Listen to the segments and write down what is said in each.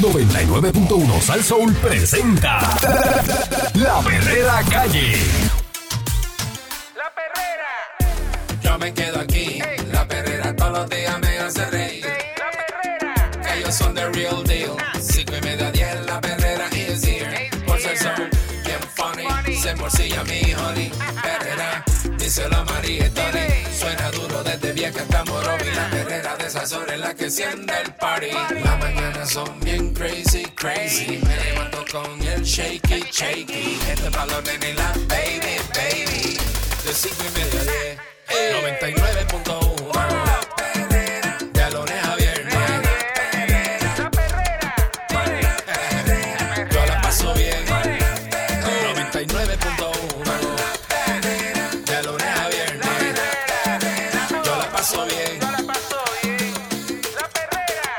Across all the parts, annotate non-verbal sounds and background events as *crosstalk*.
99.1 Sal Soul presenta La Verdadera Calle. La perrera, Yo me quedo aquí. La perrera todos los días me hace reír. la perrera, Que ellos son the real deal. Cinco y media diez, la perrera Ah. is here. Por ser son bien funny. Ah, Se morcilla mi honey. Perrera, díselo a María y Tony. Suena duro desde vieja hasta morobi. La perrera de esas horas es la que enciende el Ah. party. Las mañanas son bien crazy, crazy. Me levanto con el shaky, shaky. Este es pa' los nenes y la baby, baby. De cinco y media a diez. 99.1 La perrera De Alones Javier la perrera, yo la paso bien. 99.1 De lunes a viernes. Yo la paso bien. no la pasó bien. La perrera,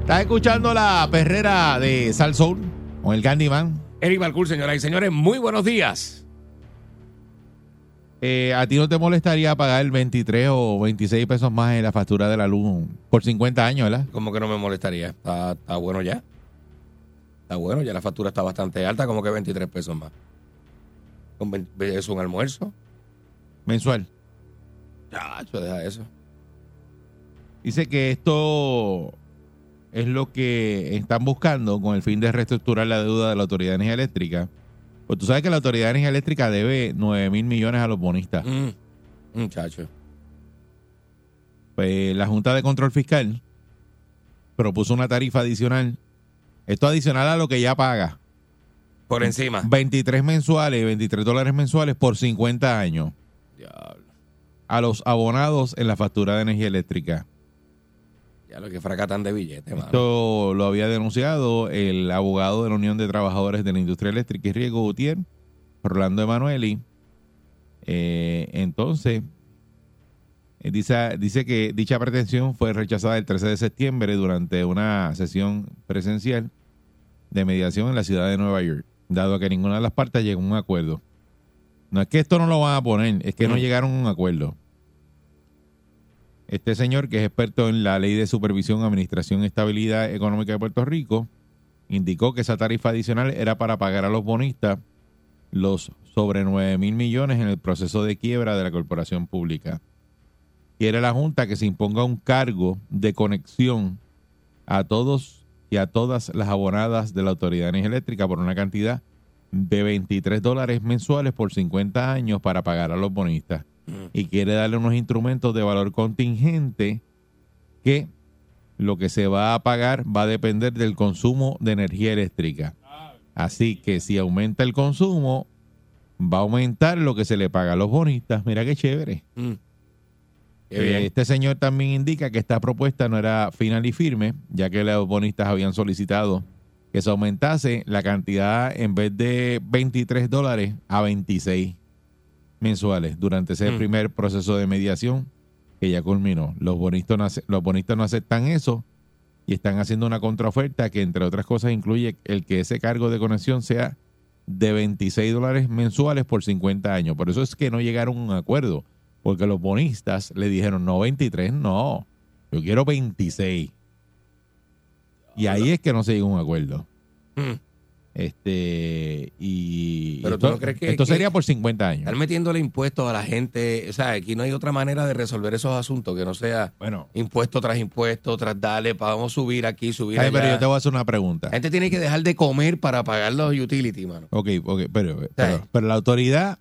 Estás escuchando la perrera de Sal Soul con el Candyman. Eric Balcour, señoras y señores, muy buenos días. Eh, ¿A ti no te molestaría pagar 23 o 26 pesos más en la factura de la luz por 50 años, verdad? Como que no me molestaría? Está, está bueno ya. Está bueno, ya la factura está bastante alta, como que 23 pesos más. Con vein- Es un almuerzo. Mensual. Chacho, deja eso. Dice que esto es lo que están buscando con el fin de reestructurar la deuda de la Autoridad de Energía Eléctrica. Pues tú sabes que la Autoridad de Energía Eléctrica debe 9 mil millones a los bonistas. Mm, Muchacho. Pues la Junta de Control Fiscal propuso una tarifa adicional. Esto adicional a lo que ya paga. Por encima. 23 mensuales, 23 dólares mensuales por 50 años Diablo. a los abonados en la factura de energía eléctrica. Ya lo que fracatan de billete, mano. Esto lo había denunciado el abogado de la Unión de Trabajadores de la Industria Eléctrica y Riego Gutiérrez, Rolando Emanueli. Eh, entonces, eh, dice, dice que dicha pretensión fue rechazada el 13 de septiembre durante una sesión presencial de mediación en la ciudad de Nueva York, dado que ninguna de las partes llegó a un acuerdo. No es que esto no lo van a poner, es que no Mm. llegaron a un acuerdo. Este señor, que es experto en la ley de supervisión, administración y estabilidad económica de Puerto Rico, indicó que esa tarifa adicional era para pagar a los bonistas los sobre 9 mil millones en el proceso de quiebra de la corporación pública. Quiere la Junta que se imponga un cargo de conexión a todos y a todas las abonadas de la Autoridad de Energía Eléctrica por una cantidad de 23 dólares mensuales por 50 años para pagar a los bonistas. Y quiere darle unos instrumentos de valor contingente que lo que se va a pagar va a depender del consumo de energía eléctrica. Así que si aumenta el consumo, va a aumentar lo que se le paga a los bonistas. Mira qué chévere. Mm. Qué bien. Eh, Este señor también indica que esta propuesta no era final y firme, ya que los bonistas habían solicitado que se aumentase la cantidad en vez de 23 dólares a 26 mensuales durante ese Mm. primer proceso de mediación que ya culminó. Los bonistas, no ace- los bonistas no aceptan eso y están haciendo una contraoferta que entre otras cosas incluye el que ese cargo de conexión sea de 26 dólares mensuales por 50 años. Por eso es que no llegaron a un acuerdo, porque los bonistas le dijeron, no 23, no, yo quiero 26. Y ahí es que no se llegó a un acuerdo. Mm. Este, y Pero tú esto, no crees que- esto que- sería por 50 años. Están metiéndole impuestos a la gente. O sea, aquí no hay otra manera de resolver esos asuntos que no sea Bueno, impuesto tras impuesto, tras darle, pa- vamos a subir aquí, subir Jaime, pero allá. yo te voy a hacer una pregunta. La gente tiene que dejar de comer para pagar los utilities, mano. Ok, ok, pero, eh, pero, pero la autoridad,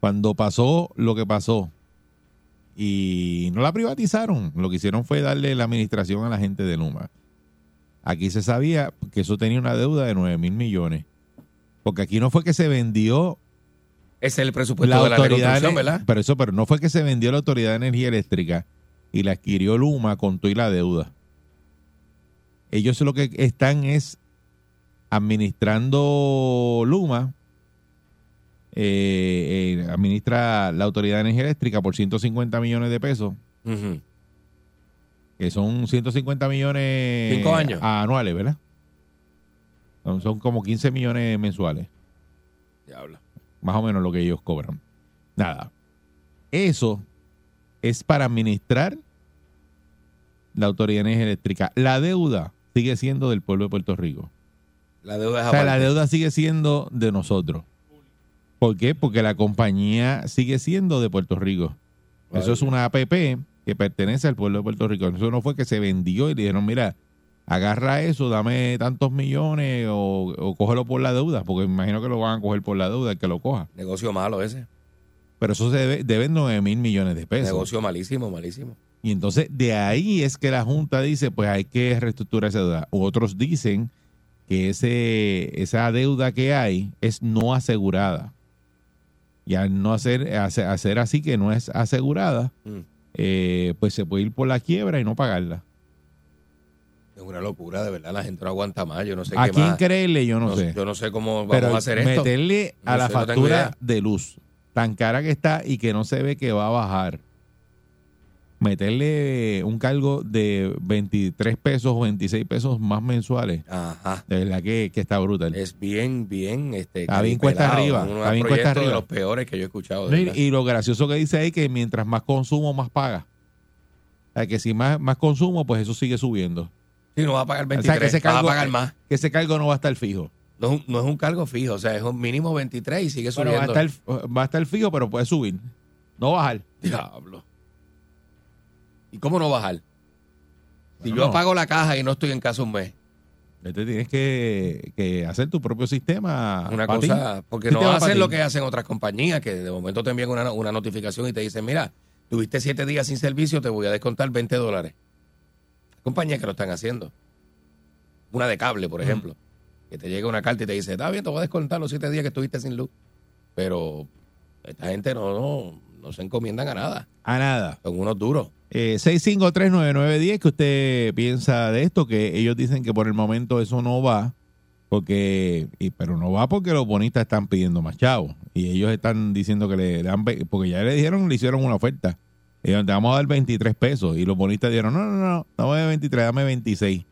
cuando pasó lo que pasó, y no la privatizaron, lo que hicieron fue darle la administración a la gente de Luma. Aquí se sabía que eso tenía una deuda de 9 mil millones. Porque aquí no fue que se vendió Ese es el presupuesto la de la autoridad reconstrucción, ¿verdad? Pero eso, pero no fue que se vendió la autoridad de energía eléctrica y la adquirió Luma con tu y la deuda. Ellos lo que están es administrando Luma, eh, eh, administra la autoridad de energía eléctrica por 150 millones de pesos, Ujú. que son 150 millones Cinco años. anuales, ¿verdad? Son- Son como 15 millones mensuales. Diablo. más o menos lo que ellos cobran. Nada. Eso es para administrar la Autoridad de Energía Eléctrica. La deuda sigue siendo del pueblo de Puerto Rico. La deuda es O sea, la aparte. deuda sigue siendo de nosotros. ¿Por qué? Porque la compañía sigue siendo de Puerto Rico. Eso es una APP que pertenece al pueblo de Puerto Rico. Eso no fue que se vendió y le dijeron, mira, agarra eso, dame tantos millones o, o cógelo por la deuda, porque me imagino que lo van a coger por la deuda, el que lo coja. Negocio malo ese. Pero eso se debe, deben 9 mil millones de pesos. Negocio malísimo, malísimo. Y entonces de ahí es que la Junta dice, pues hay que reestructurar esa deuda. Otros dicen que ese, esa deuda que hay es no asegurada. Y al no hacer, hace- hacer así que no es asegurada, Mm. eh, pues se puede ir por la quiebra y no pagarla. Es una locura, de verdad. La gente no aguanta más. Yo no sé ¿A qué quién más. creerle? Yo no, sé. Yo no sé cómo vamos Pero a hacer esto. meterle a No la sé, no tengo factura idea. de luz, tan cara que está y que no se ve que va a bajar, meterle un cargo de 23 pesos o 26 pesos más mensuales, Ajá. de verdad que, que está brutal. Es bien, bien. Este, Está bien cuesta caripelado. arriba, Uno está bien proyecto cuesta arriba. de los peores que yo he escuchado. No, de y, verdad. y lo gracioso que dice ahí que mientras más consumo, más paga. O sea, que si más, más consumo, pues eso sigue subiendo. Sí, no va a pagar O 23. sea, que ese va a cargo, eh, pagar más. que ese cargo no va a estar fijo. No, es un- no es un cargo fijo. O sea, es un mínimo 23 y sigue Bueno, subiendo. va a, estar, va a estar fijo, pero puede subir. No bajar. Diablo. ¿Y cómo no bajar? Si Bueno, yo no. apago la caja y no estoy en casa un mes. Te tienes que, que hacer tu propio sistema. una patín. cosa, porque no Sistema vas a hacer patín. lo que hacen otras compañías, que de momento te envían una, una notificación y te dicen, mira, tuviste siete días sin servicio, te voy a descontar 20 dólares. Hay compañías que lo están haciendo. Una de cable, Mm. por ejemplo, que te llega una carta y te dice, está bien, te voy a descontar los siete días que estuviste sin luz. Pero esta gente no, no, no se encomiendan a nada. A nada. Son unos duros. Eh, 6539910, que usted piensa de esto, que ellos dicen que por el momento eso no va, porque y- pero no va porque los bonistas están pidiendo más chavos. Y ellos están diciendo que le dan, ve- porque ya le dijeron, le hicieron una oferta. Y dijeron, te vamos a dar 23 pesos. Y los bonistas dijeron, no, no, no, no dame 23, dame 26.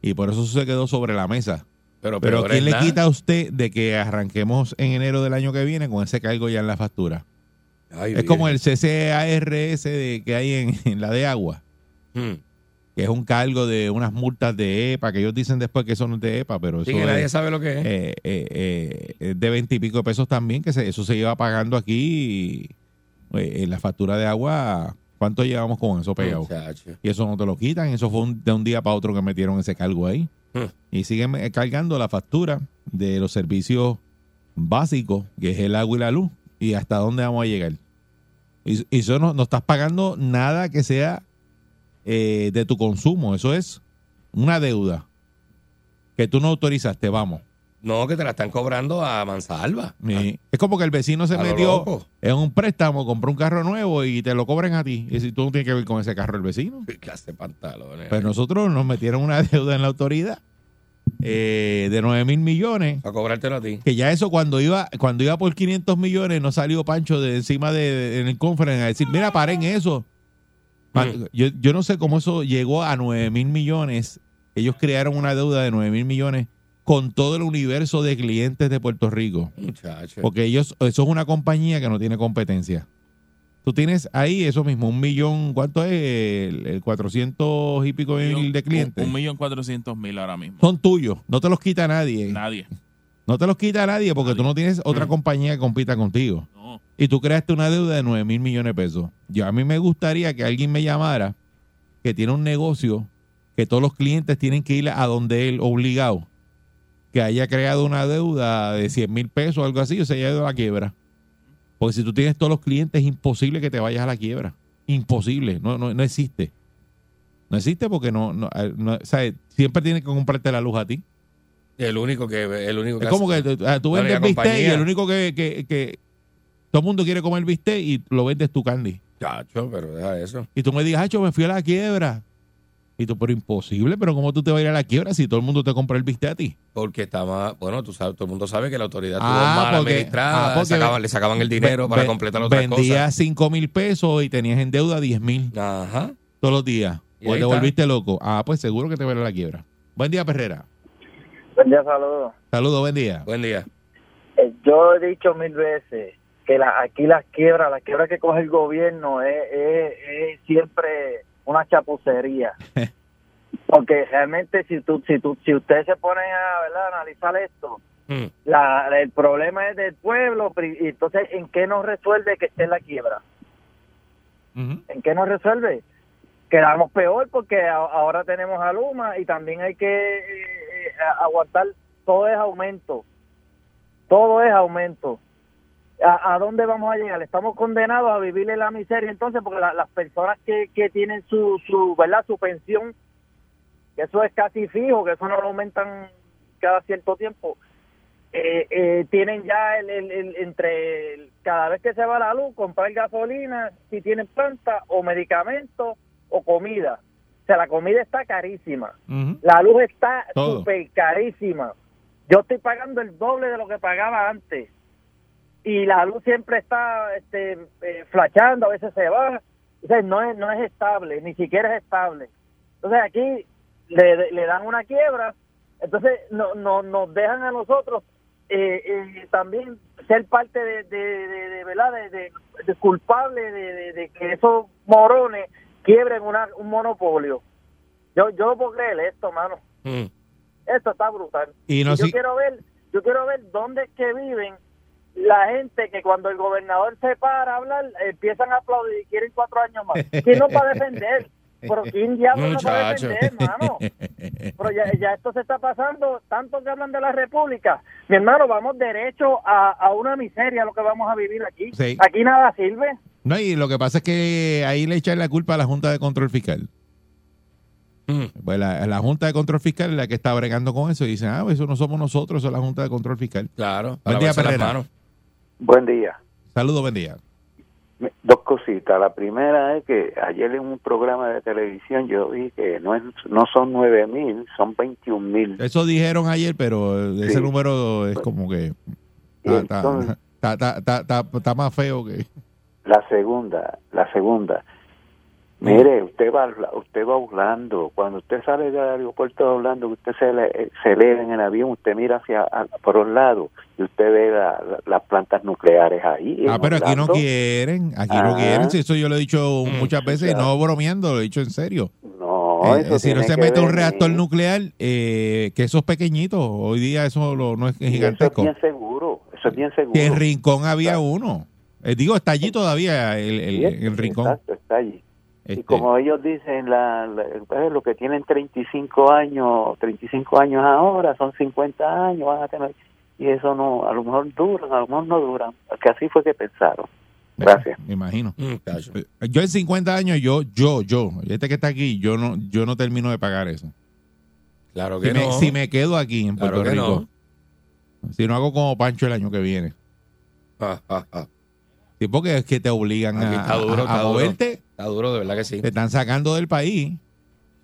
Y por eso se quedó sobre la mesa. Pero, Pero peor ¿quién es le nada. quita a usted de que arranquemos en enero del año que viene con ese cargo ya en la factura? Ay, Es Virgen. como el CCARS de, que hay en, en la de agua, Hmm. que es un cargo de unas multas de EPA, que ellos dicen después que eso no es de EPA, pero eso Sí, que nadie es, sabe lo que es. eh, eh, eh, es de 20 y pico de pesos también, que se- eso se lleva pagando aquí y, eh, en la factura de agua. ¿Cuánto llevamos con eso pegado? Muchacho. Y eso no te lo quitan. Eso fue un- de un día para otro que metieron ese cargo ahí. Hmm. Y siguen eh, cargando la factura de los servicios básicos, que es el agua y la luz. ¿Y hasta dónde vamos a llegar? Y, y eso no, no estás pagando nada que sea eh, de tu consumo. Eso es una deuda que tú no autorizaste, vamos. No, que te la están cobrando a mansalva. Y Es como que el vecino se Ah. A lo metió loco. en un préstamo, compró un carro nuevo y te lo cobran a ti. Y si tú no tienes que ver con ese carro el vecino. ¿Qué clase de pantalones? Pues nosotros nos metieron una *laughs* deuda en la autoridad eh, de 9 mil millones. Para cobrártelo a ti. Que ya eso cuando iba cuando iba por 500 millones no salió Pancho de encima de, de- en el conference a decir, mira, paren eso. Pa- Mm. Yo, yo no sé cómo eso llegó a 9 mil millones. Ellos crearon una deuda de 9 mil millones con todo el universo de clientes de Puerto Rico. Muchacho. Porque ellos, eso es una compañía que no tiene competencia. Tú tienes ahí eso mismo, un millón, ¿cuánto es? El, el 400 y pico mil de clientes. Un, un millón cuatrocientos mil ahora mismo. Son tuyos, no te los quita nadie. Nadie. Mm. No te los quita nadie porque tú no tienes otra compañía que compita contigo. No. Y tú creaste una deuda de 9 mil millones de pesos. Yo a mí me gustaría que alguien me llamara que tiene un negocio que todos los clientes tienen que ir a donde él obligado. Que haya creado una deuda de 100 mil pesos o algo así o se haya ido a la quiebra. Porque si tú tienes todos los clientes es imposible que te vayas a la quiebra. Imposible. No, no, no existe. No existe porque no, no, eh, no- o sea, siempre tienes que comprarte la luz a ti. El único que. El único que Es como que hace- tú- ah, tú la vendes única bistec y compañía. el único que, que- que- todo el mundo quiere comer bistec y lo vendes tú, Candy. Chacho, pero deja eso. Y tú me digas, Hacho, me fui a la quiebra. Y tú, pero imposible, pero ¿cómo tú te vas a ir a la quiebra si todo el mundo te compra el bistec a ti? Porque está más. Bueno, tú sabes, todo el mundo sabe que la autoridad Ah, tuvo mal porque- administrada. ah, porque- sacaban- le sacaban el dinero Ve- para ve- completar otras Vendías 5 mil pesos y tenías en deuda 10 mil cosas. Ajá. todos los días. Y O ahí te está. volviste loco. Ah, pues seguro que te vas a ir a la quiebra. Buen día, Perrera. Buen día, saludos. Saludos, buen día. Buen día. Eh, Yo he dicho mil veces que la, aquí las quiebras, las quiebras que coge el gobierno es, es, es siempre una chapucería. Porque realmente si tú, si tú, si ustedes se ponen a ¿verdad? analizar esto, Mm. la, el problema es del pueblo, pri- y entonces ¿en qué nos resuelve que esté en la quiebra? Ujú. ¿En qué nos resuelve? Quedamos peor porque a- ahora tenemos a Luma y también hay que eh, eh, a- aguantar. Todo es aumento. Todo es aumento. ¿A, a dónde vamos a llegar? Estamos condenados a vivir en la miseria entonces porque la- las personas que, que tienen su, su, ¿verdad? su pensión, que eso es casi fijo, que eso no lo aumentan cada cierto tiempo, eh, eh, tienen ya el, el- el- entre el- cada vez que se va la luz comprar gasolina si tienen planta o medicamentos o comida o sea la comida está carísima Ujú. la luz está Todo. súper carísima yo estoy pagando el doble de lo que pagaba antes y la luz siempre está este, eh, flashando a veces se baja o sea, no es no es estable ni siquiera es estable entonces aquí le, le dan una quiebra entonces no, no, nos dejan a nosotros eh, eh, también ser parte de, de, de, de, ¿verdad? de, de- de culpable de, de- de que esos morones quiebren una, un monopolio. Yo, yo no puedo creer esto, mano. Mm. Esto está brutal. Y no yo si- quiero ver, yo quiero ver dónde es que viven la gente que cuando el gobernador se para a hablar empiezan a aplaudir y quieren cuatro años *laughs* más. ¿Quién no va a defender? Pero ¿quién diablos no va a Muchacho. defender, *laughs* mano? Pero ya, ya esto se está pasando, tanto que hablan de la República. Mi hermano, vamos derecho a, a una miseria lo que vamos a vivir aquí. Sí. Aquí nada sirve. No, y lo que pasa es que ahí le echan la culpa a la Junta de Control Fiscal. Mm. Pues la, la Junta de Control Fiscal es la que está bregando con eso y dicen, ah, eso no somos nosotros, eso es la Junta de Control Fiscal. Claro. Buen día, lavarse las Perrera. manos. Buen día. Saludos, buen día. Mi- Dos cositas. La primera es que ayer en un programa de televisión yo vi que no, es, no son nueve mil, son 21 mil. Eso dijeron ayer, pero ese Sí. número es como que está, está- Entonces- está- está- está- está- está más feo que... La segunda, la segunda. Mm. Mire, usted va, usted va a Orlando. Cuando usted sale del aeropuerto de Orlando, usted se, le, se eleva en el avión, usted mira hacia a- por un lado y usted ve la- la- las plantas nucleares ahí. Ah, en pero aquí no Orlando. quieren, aquí no Ah. quieren. Si eso yo lo he dicho Mm, muchas veces, claro. no bromeando, lo he dicho en serio. No, Eh, eso si no tiene se que mete un venir. reactor nuclear, eh, que esos pequeñitos, hoy día eso lo- no es Y gigantesco. Eso es bien seguro, eso es bien seguro. Que en Rincón había uno. Eh, digo, está allí todavía el, el- Sí, el Rincón. exacto, está allí. Este, Y como ellos dicen, la, la- pues, lo que tienen 35 años, 35 años ahora, son 50 años, van a tener... Y eso no, a lo mejor duran, a lo mejor no duran. Que así fue que pensaron. Gracias. Me imagino. Mm, cacho. Eh, Yo en 50 años, yo, yo, yo, este que está aquí, yo no, yo no termino de pagar eso. Claro que Si me, no. si me quedo aquí en Claro Puerto que Rico, si no hago como Pancho el año *laughs* que viene. Ah, ah, ah. Sí, porque es que te obligan Aquí a, está duro, Ah, a- está a duro. moverte, Está duro, de verdad que sí. te están sacando del país.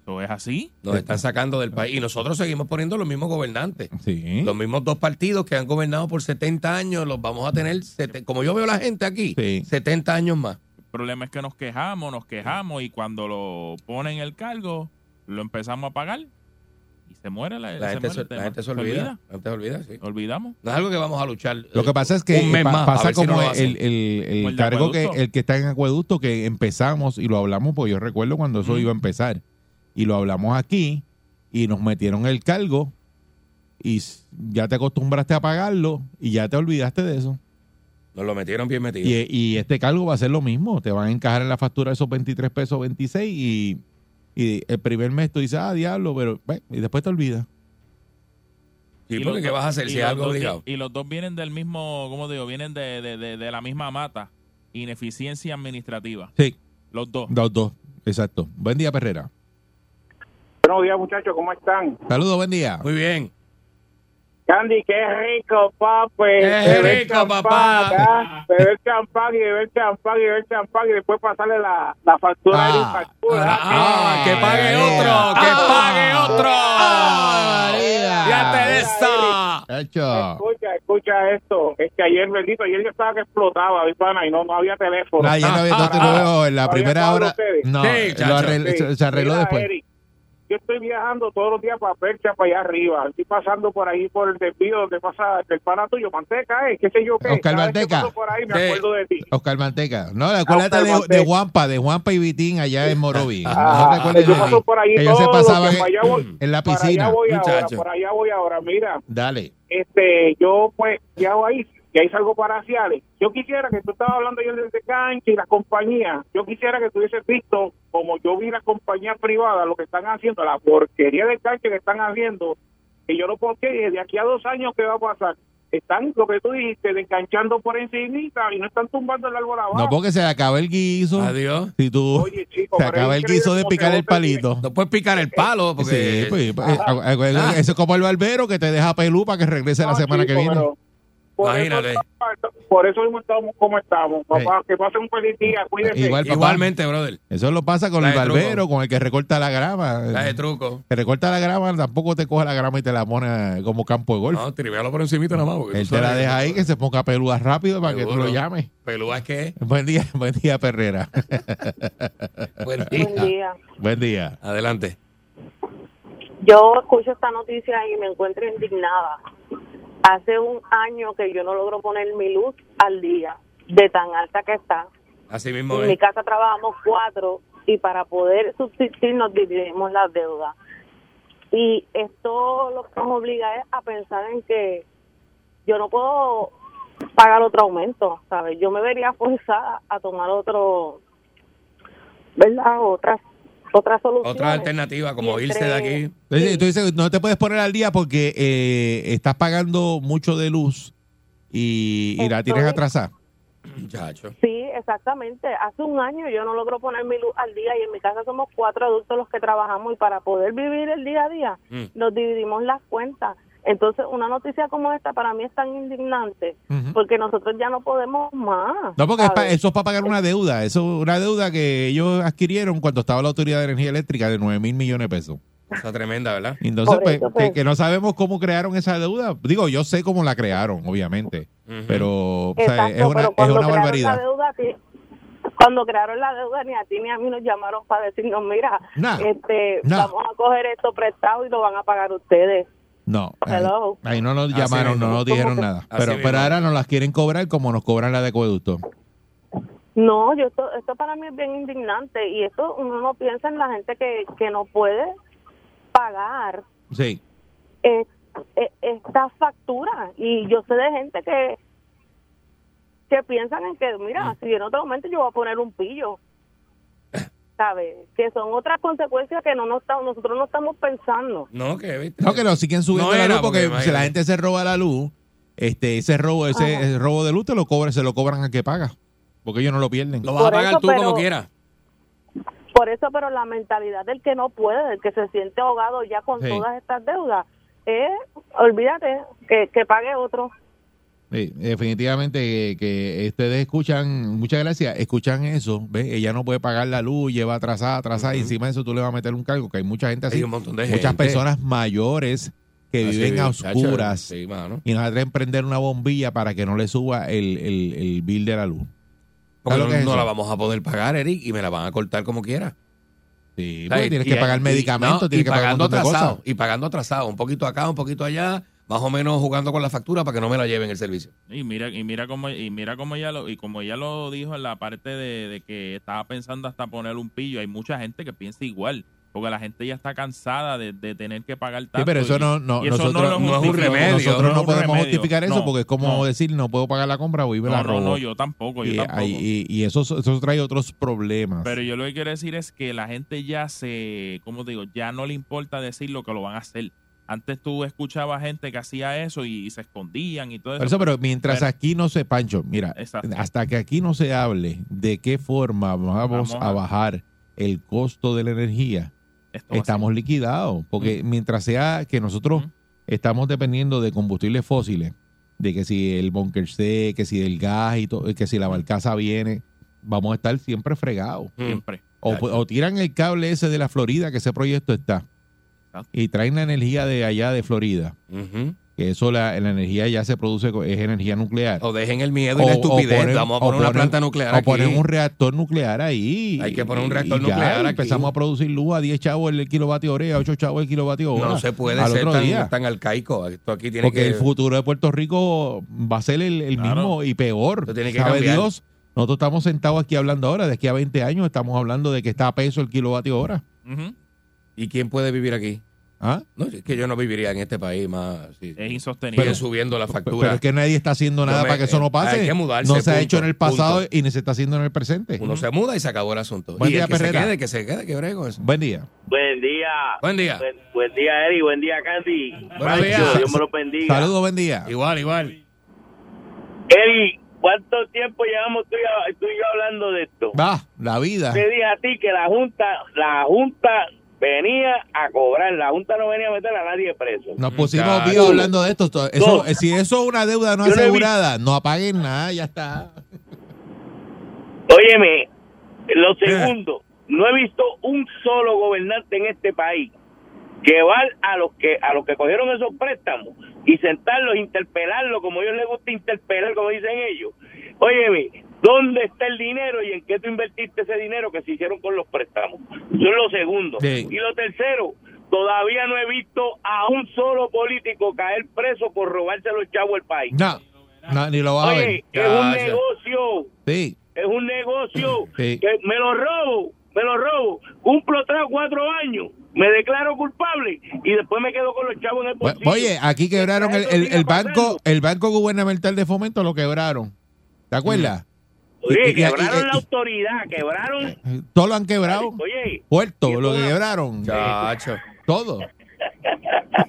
¿Eso es así? Nos están sacando del país. Y nosotros seguimos poniendo los mismos gobernantes. Sí. Los mismos dos partidos que han gobernado por 70 años, los vamos a tener, sete- como yo veo la gente aquí, Sí. 70 años más. El problema es que nos quejamos, nos quejamos y cuando lo ponen el cargo, lo empezamos a pagar y se muere la, La, gente, muere se, el tema. la gente se olvida. La gente se olvida, sí. Olvidamos. No es algo que vamos a luchar. Lo eh, que pasa es que un mes pa- más, a pasa ver si no como lo hacen. el, el- el Como el de cargo que acueducto. el que está en acueducto que empezamos y lo hablamos, pues yo recuerdo cuando eso Mm. iba a empezar y lo hablamos aquí y nos metieron el cargo y s- ya te acostumbraste a pagarlo y ya te olvidaste de eso. Nos lo metieron bien metido. Y, y este cargo va a ser lo mismo, te van a encajar en la factura esos 23 pesos 26 y, y el primer mes tú dices, ah, diablo, pero pues, y después te olvidas. Sí, los porque ¿qué dos- vas a hacer y si es los algo dos- obligado? Y los dos vienen del mismo, ¿cómo digo? Vienen de, de- de- de la misma mata. Ineficiencia administrativa. Sí, Los dos. los dos, exacto. Buen día, Perrera. Buenos días, muchachos, ¿cómo están? Saludos, buen día. Muy bien. Candy, qué rico, papi. Qué Beber rico, champán, papá. ¿verdad? Ah, Beber champán y beber champán y beber champán y después pasarle la, la factura Ah. de la factura. Ah, que pague María. otro, que Ah. pague otro. Ah, María. Fíjate de esa. Hecho. Escucha, escucha esto. Es que ayer, bendito, ayer yo estaba que explotaba, mi pana, y no, no había teléfono. No, ayer no había- no te lo veo en la *laughs* ¿Había primera estado hora. ustedes? No, Sí, lo chacho. arregl- Sí. se- se arregló Mira, después. Eric, yo yo estoy viajando todos los días para Percha, para allá arriba. Estoy pasando por ahí por el desvío donde pasa el pana tuyo, Manteca, eh, qué sé yo qué. Oscar Cada vez que Manteca. paso por ahí me Sí. acuerdo de ti. Oscar Manteca. No, acuérdate Ah, Oscar de, Manteca. de Juanpa, de Juanpa y Vitín allá en Moroví. Ah, no te acuerdes yo de paso mí. por ahí Que ellos se todo, pasaban que para allá voy- en, en la Para allá piscina. voy ahora, muchacho. por allá voy ahora. Mira, Dale. este, yo pues ya ahí, ya ahí salgo para Ciales. Yo quisiera que tú estabas hablando ayer desde cancha y las compañías. Yo quisiera que tú hubieses visto, como yo vi las compañías privadas, lo que están haciendo, la porquería de cancha que están haciendo. Y yo lo porque de aquí a dos años, ¿qué va a pasar? Están, lo que tú dijiste, descanchando por encimita y no están tumbando el árbol abajo. No, porque se le acaba el guiso. Adiós. Si tú Ah. Oye, chico, se pero acaba es el guiso increíble de cómo picar te el botan- palito. No puedes picar el palo porque... Sí, pues, eh, eh, Ah. eso es como el barbero que te deja pelú para que regrese la No, semana chico, que viene. pero Por Imagínate. eso, estamos- por eso mismo estamos como estamos, papá. Que pasen un feliz día, cuídense. Igual, papá. Igualmente, brother. Eso lo pasa con La el de truco. barbero, con el que recorta la La grama. de Eh, truco. Que recorta la grama, tampoco te coge la grama y te la pone eh, como campo de golf. No, trivialo por encimita nada más. porque Él tú te la sabes deja ahí, que se ponga pelúa rápido para que tú Seguro. lo llames. Pelúa es que es. Buen día, *laughs* buen día, Perrera. Bueno, Buen día. buen día. Adelante. Yo escucho esta noticia y me encuentro indignada. Hace un año que yo no logro poner mi luz al día, de tan alta que está. Así mismo En es. mi casa trabajamos cuatro y para poder subsistir nos dividimos las deudas. Y esto lo que nos obliga es a pensar en que yo no puedo pagar otro aumento, ¿sabes? Yo me vería forzada a tomar otro, ¿verdad? Otras, otras soluciones. Otra alternativa, como Y irse de entre- aquí. Entonces, tú dices, no te puedes poner al día porque eh, estás pagando mucho de luz y, y la tienes Estoy- atrasada. Muchacho. Sí, exactamente. Hace un año yo no logro poner mi luz al día y en mi casa somos cuatro adultos los que trabajamos y para poder vivir el día a día Mm. nos dividimos las cuentas. Entonces, una noticia como esta para mí es tan indignante Ujú. porque nosotros ya no podemos más. No, porque es pa- ¿sabes? eso es para pagar una deuda. Eso es una deuda que ellos adquirieron cuando estaba la Autoridad de Energía Eléctrica de 9 mil millones de pesos. Está tremenda, ¿verdad? Y Entonces, Por pues, eso, que- pues. Que, no sabemos cómo crearon esa deuda. Digo, yo sé cómo la crearon, obviamente. Ujú. Pero o sea, Exacto, es una, pero es cuando una crearon barbaridad. La deuda, a ti- cuando crearon la deuda, ni a ti ni a mí nos llamaron para decirnos, mira, Nah. este, Nah. vamos a coger esto prestado y lo van a pagar ustedes. No, ahí, Hello. ahí no nos Así llamaron, no mismo. nos dijeron nada. Así Pero, mismo. pero ahora nos las quieren cobrar como nos cobran la de acueducto. No, yo esto, esto para mí es bien indignante y esto uno no piensa en la gente que, que no puede pagar Sí. eh, eh, estas facturas y yo sé de gente que que piensan en que mira, si en otro momento yo voy a poner un pillo. ¿Sabes? Que son otras consecuencias que no nos estamos- nosotros no estamos pensando. No, que viste. No, que nos siguen subiendo No la era, luz porque, porque si la imagínate. gente se roba la luz, este, ese robo, ese, Ajá. ese robo de luz te lo cobran, se lo cobran al que paga. Porque ellos no lo pierden. Lo vas a Por pagar eso, tú como pero- quieras. Por eso, pero la mentalidad del que no puede, del que se siente ahogado ya con Sí. todas estas deudas, es, olvídate, que, que pague otro. Sí, definitivamente que, que ustedes escuchan, muchas gracias, escuchan eso, ¿ves? Ella no puede pagar la luz, lleva atrasada, atrasada, y encima de eso tú le vas a meter un cargo, que hay mucha gente así, Hay un montón de muchas gente. personas mayores que Así, viven a muchacho. oscuras Sí, mano. y nos atreven a prender una bombilla para que no le suba el, el, el bill de la luz. Porque lo no, que es no eso? la vamos a poder pagar, Eric, y me la van a cortar como quiera. Sí, ¿Sabes? porque tienes Y que hay- pagar y- medicamentos, no, tienes y que pagar un pagando montón de atrasado. cosas. Y pagando atrasado. Un poquito acá, un poquito allá. Más o menos jugando con la factura para que no me la lleven el servicio. Y mira, y mira cómo, y mira cómo ella lo, y como ella lo dijo en la parte de, de que estaba pensando hasta poner un pillo, hay mucha gente que piensa igual, porque la gente ya está cansada de, de tener que pagar tanto. Sí, pero eso y- no, no, y eso nosotros, lo no es un justifico. remedio, nosotros no, es un podemos remedio. justificar eso No, porque es como no. decir, no puedo pagar la compra, voy y me la No, robo. no, no, yo tampoco, yo y, tampoco. ahí- y- y eso, eso trae otros problemas. Pero yo lo que quiero decir es que la gente ya se, como digo, ya no le importa decir lo que lo van a hacer. Antes tú escuchabas gente que hacía eso y, se escondían y todo Por eso. eso, pero mientras Pero- aquí no se, Pancho, mira, Exacto. hasta que aquí no se hable de qué forma vamos, Vamos a, a- bajar el costo de la energía, Esto va a Mm. estamos liquidados. Porque mientras sea que nosotros Ujú. estamos dependiendo de combustibles fósiles, de que si el bunker C, que si el gas y todo, que si Mm. la barcaza viene, vamos a estar siempre fregados. ser siempre. O, Exacto. o tiran el cable ese de la Florida, que ese proyecto está, Exacto. y traen la energía de allá de Florida. Ujú. que eso la, la energía ya se produce, co- es energía nuclear. O dejen el miedo y la estupidez. ponen- Vamos a o poner una ponen- planta nuclear O aquí. poner un reactor nuclear ahí. Hay que poner un Y- reactor y ya, nuclear y aquí. Empezamos a producir luz a 10 chavos el kilovatio hora, a 8 chavos el kilovatio hora. No se puede al ser otro tan, día. tan arcaico. Esto aquí tiene Porque que... el futuro de Puerto Rico va a ser el, el Claro. mismo y peor. Esto tiene que Sabe cambiar. Dios, nosotros estamos sentados aquí hablando ahora, de aquí a 20 años estamos hablando de que está a peso el kilovatio hora. Ujú. ¿Y quién puede vivir aquí? ¿Ah? No, es que yo no viviría en este país más. sí. Es insostenible. Siguen subiendo la Pero factura. pero es que nadie está haciendo nada No me- para que eso no pase. hay que mudarse, no se ha punto, hecho en el pasado punto. y ni se está haciendo en el presente. Uno se muda y se acabó el asunto. Buen y día, el que se Perrera. quede, que se quede, que bregue con eso. Buen día. Buen día. Buen día. Buen, buen día, Eri. Buen día, Candy. Buenos días. Macho, Dios me los bendiga. Saludos, buen día. Igual, igual. Eri, ¿cuánto tiempo llevamos tú y, yo- tú y yo hablando de esto? Va, la vida. Te dije a ti que la Junta la junta venía a cobrar. La Junta no venía a meter a nadie preso. Nos pusimos Muchacho. vivos hablando de esto. Esto- Eso, No. eh, si eso es una deuda no Yo no he asegurada, no apaguen nada, ya está. Óyeme, lo segundo, no he visto un solo gobernante en este país llevar a los que a los que cogieron esos préstamos y sentarlos, interpelarlos, como a ellos les gusta interpelar, como dicen ellos. Óyeme, ¿dónde está el dinero y en qué tú invertiste ese dinero que se hicieron con los préstamos? Eso es lo segundo. Sí. Y lo tercero, todavía no he visto a un solo político caer preso por robarse a los chavos del país. No, no, ni lo va a ver. Oye, es un Gracias. negocio Sí. es un negocio Sí. que me lo robo, me lo robo, cumplo tres o cuatro años, me declaro culpable y después me quedo con los chavos en el Bu- bolsillo. Oye, aquí quebraron el, el- el banco, el banco gubernamental de fomento lo quebraron. ¿Te acuerdas? Oye, y- eh, y- quebraron y- la y- autoridad, quebraron, Todo lo han quebrado. oye, Puerto, lo y- quebraron. Chacho. Todo.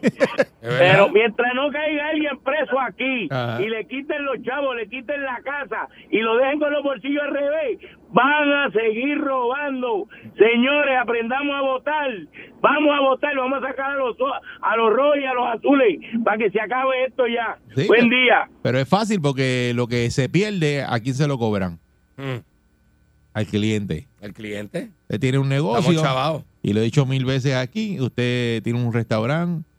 Es verdad. pero mientras no caiga alguien preso aquí Ajá. y le quiten los chavos, le quiten la casa y lo dejen con los bolsillos al revés, van a seguir robando. Señores, aprendamos a votar. Vamos a votar, vamos a sacar a los, a los rojos y a los azules para que se acabe esto ya. Sí. Buen día. Pero es fácil porque lo que se pierde, ¿a quién se lo cobran? Mm. Al cliente. El cliente. Usted tiene un Estamos negocio. chavados. Y lo he dicho mil veces aquí, usted tiene un restaurante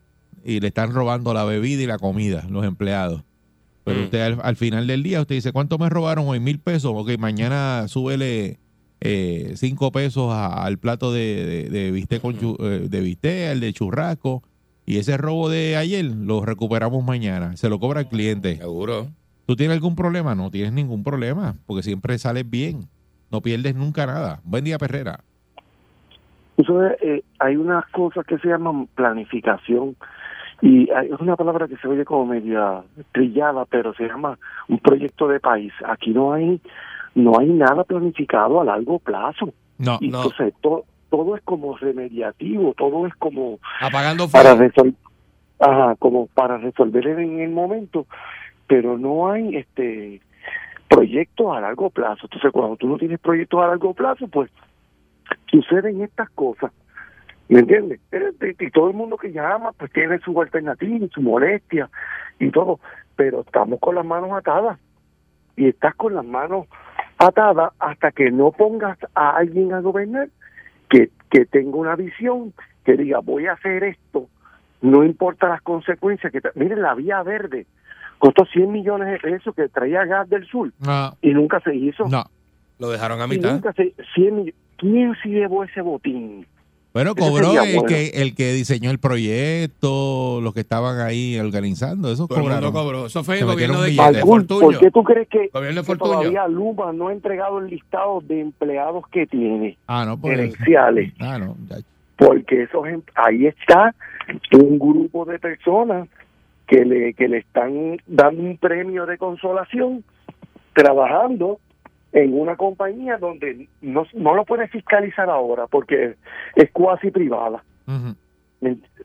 y le están robando la bebida y la comida, los empleados. Pero Mm. usted al, al final del día, usted dice, ¿cuánto me robaron hoy? Mil pesos. Ok, mañana súbele eh, cinco pesos a- al plato de, de, de bistec, con chu- eh, de bistec, el de churrasco. Y ese robo de ayer lo recuperamos mañana. Se lo cobra el cliente. Seguro. ¿Tú tienes algún problema? No tienes ningún problema, porque siempre sales bien. No pierdes nunca nada. Buen día, Perrera. Tú sabes, eh, hay unas cosas que se llaman planificación y hay- es una palabra que se oye como media trillada, pero se llama un proyecto de país. Aquí no hay no hay nada planificado a largo plazo. No. Y No. entonces to- todo es como remediativo, todo es como Ah, Apagando para fuego. resolver como para resolver en el momento pero no hay este proyectos a largo plazo entonces cuando tú no tienes proyectos a largo plazo pues suceden estas cosas ¿me entiendes? Eh, y- y todo el mundo que llama pues tiene su alternativa y su molestia y todo pero estamos con las manos atadas y estás con las manos atadas hasta que no pongas a alguien a gobernar que, que tenga una visión que diga voy a hacer esto no importa las consecuencias que tra- miren la vía verde costó 100 millones de pesos que traía gas del sur No. y nunca se hizo No. Lo dejaron a y mitad. nunca se 100 millones quién se llevó ese botín Bueno, Ese cobró sería el, bueno. que, el que diseñó el proyecto, los que estaban ahí organizando, esos Todo el mundo cobraron. cobró. Eso fue Se el gobierno de, metieron de Algún- Fortuño. ¿por qué tú crees que, Gobierno que de Fortuño. todavía Luma no ha entregado el listado de empleados que tiene Ah, no, por eso. gerenciales Ah, no. ya. porque esos em- ahí está un grupo de personas que le que le están dando un premio de consolación trabajando en una compañía donde no, no lo puede fiscalizar ahora porque es cuasi privada. Ujú.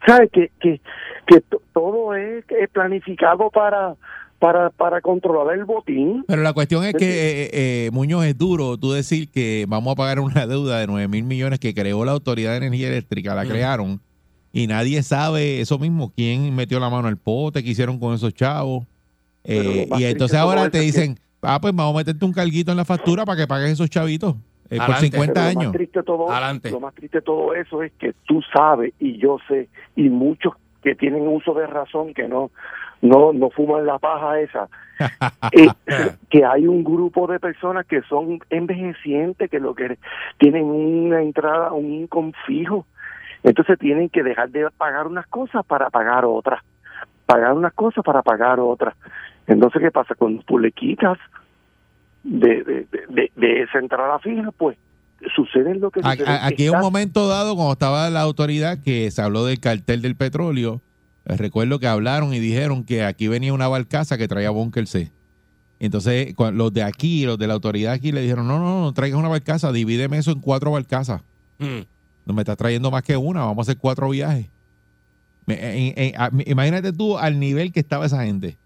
¿Sabes? Que, que, que to- todo es es planificado para, para, para controlar el botín. Pero la cuestión es que, eh, eh, Muñoz, es duro tú decir que vamos a pagar una deuda de 9 mil millones que creó la Autoridad de Energía Eléctrica, la Mm. crearon, y nadie sabe eso mismo, quién metió la mano al pote, qué hicieron con esos chavos. Pero lo Eh, más y entonces triste ahora de todo te eso es que- dicen, ah, pues vamos a meterte un carguito en la factura para que pagues esos chavitos eh, por Adelante. Pero 50 lo más años. triste de todo, Adelante. Lo más triste de todo eso es que tú sabes y yo sé y muchos que tienen uso de razón que no no, no fuman la paja esa. Eh, que hay un grupo de personas que son envejecientes, que lo que tienen una entrada, un confijo. Entonces tienen que dejar de pagar unas cosas para pagar otras. Pagar unas cosas para pagar otras. Entonces, ¿qué pasa? Cuando tú le quitas de, de, de- de esa entrada fija, pues sucede lo que A- sucede. a- Aquí en un Estás- momento dado, cuando estaba la autoridad, que se habló del cartel del petróleo, eh, recuerdo que hablaron y dijeron que aquí venía una barcaza que traía Bunker C. Entonces, cua- los de aquí, los de la autoridad aquí, le dijeron, no, no, no traigas una barcaza, divídeme eso en cuatro barcazas. Mm. *laughs* No me estás trayendo más que una, vamos a hacer cuatro viajes. Me- en- en- a- me- imagínate tú al nivel que estaba esa gente.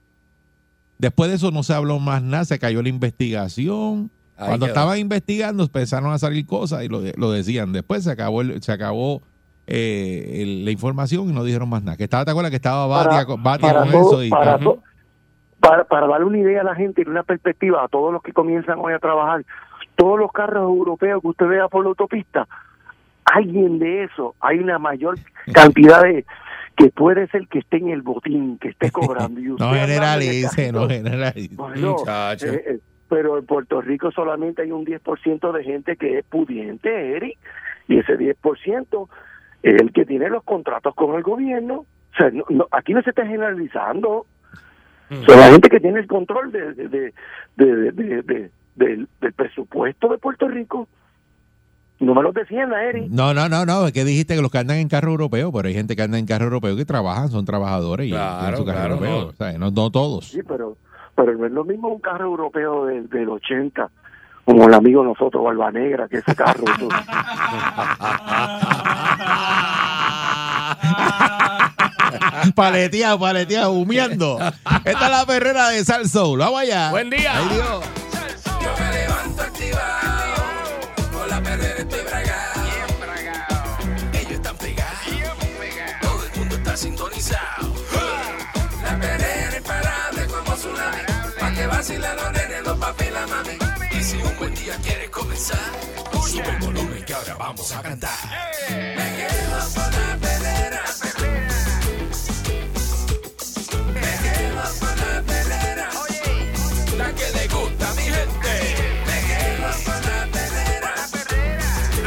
Después de eso no se habló más nada, se cayó la investigación. Ahí Cuando quedó. estaban investigando empezaron a salir cosas y lo, de- lo decían. Después se acabó el- se acabó eh, el- la información y no dijeron más nada. Que estaba, ¿Te acuerdas que estaba Batia, con- Batia para con todo- eso? Y, para, Ujú. to- para, para darle una idea a la gente y una perspectiva a todos los que comienzan hoy a trabajar, todos los carros europeos que usted vea por la autopista, alguien de eso, hay una *laughs* mayor cantidad de que puede ser que esté en el botín, que esté cobrando. y usted *laughs* no andando en el *laughs* generalice, carrito. no generalice. Bueno, Muchacho. eh, eh, pero en Puerto Rico solamente hay un 10% de gente que es pudiente, Eric, y ese 10% es el que tiene los contratos con el gobierno. O sea, no- no, aquí no se está generalizando. O sea, la gente que tiene el control de, de, de- de- de- de- de- del, del presupuesto de Puerto Rico. No me lo decían a Eric. No, no, no, no, es que dijiste que los que andan en carro europeo, pero hay gente que anda en carro europeo que trabajan, son trabajadores y Claro, tienen su carro claro, europeo. no. O sea, no, no todos. *laughs* Sí, pero, pero no es lo mismo un carro europeo del, del 80, como el amigo de nosotros, Barba Negra, que ese carro. eso- Ah, paleteado, paleteado, humeando. Esta es la perrera de Sal Soul. Vamos allá. Buen día. Yo me levanto activado. Con la perrera estoy bragado. Ellos están pegados. Todo el mundo está sintonizado. La perrera imparable como tsunami. Pa' que vacilan los nenes, los papi y la mami. Y si un buen día quieres comenzar, sube el volumen que ahora vamos a cantar. Me quedo con la perrera. Me quedo con la perrera. La que le gusta a mi gente. Me quedo con la perrera.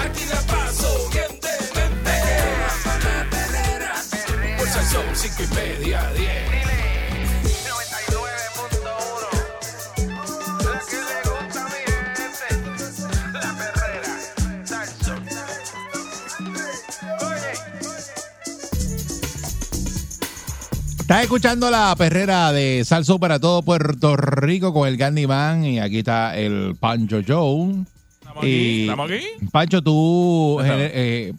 Aquí la paso bien de mente. Pues el son cinco y media a diez. 99.1. La que le gusta a mi gente. La perrera. Salso. Oye. Estás escuchando la perrera de Salso para todo Puerto Rico con el Candyman y aquí está el Pancho Joe. ¿Estamos aquí? ¿Estamos aquí? Pancho, tú Estamos. eh, eh,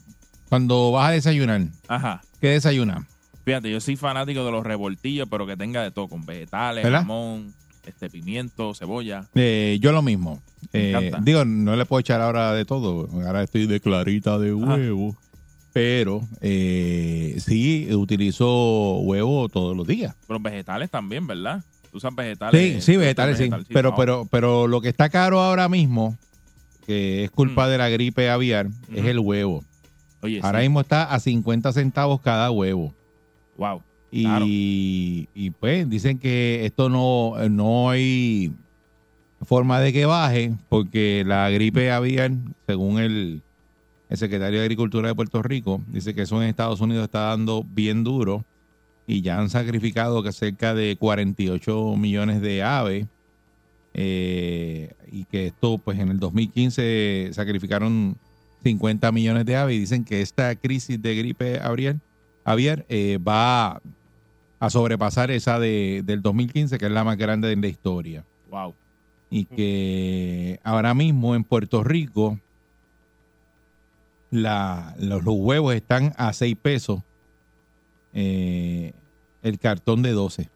cuando vas a desayunar, Ajá. ¿qué desayunas? Fíjate, yo soy fanático de los revoltillos, pero que tenga de todo, con vegetales, ¿Verdad? jamón, este pimiento, cebolla. Eh, yo lo mismo. Me Eh, encanta. digo, no le puedo echar ahora de todo. Ahora estoy de clarita de huevo. Pero eh, sí utilizo huevo todos los días. Pero vegetales también, ¿verdad? Tú usas vegetales. Sí, sí, vegetales, sí. Pero, pero, pero lo que está caro ahora mismo, que es culpa de la gripe aviar, es el huevo. Ahora ahora mismo está a 50 centavos cada huevo. Wow. Y, Claro. y, pues dicen que esto no, no hay forma de que baje porque la gripe aviar, según el, el secretario de Agricultura de Puerto Rico, dice que eso en Estados Unidos está dando bien duro y ya han sacrificado que cerca de 48 millones de aves eh, y que esto pues en el 2015 sacrificaron 50 millones de aves y dicen que esta crisis de gripe aviar Javier, eh, va a sobrepasar esa de, del 2015, que es la más grande de la historia. Wow. Y que ahora mismo en Puerto Rico la- los, los huevos están a 6 pesos, eh, el cartón de 12.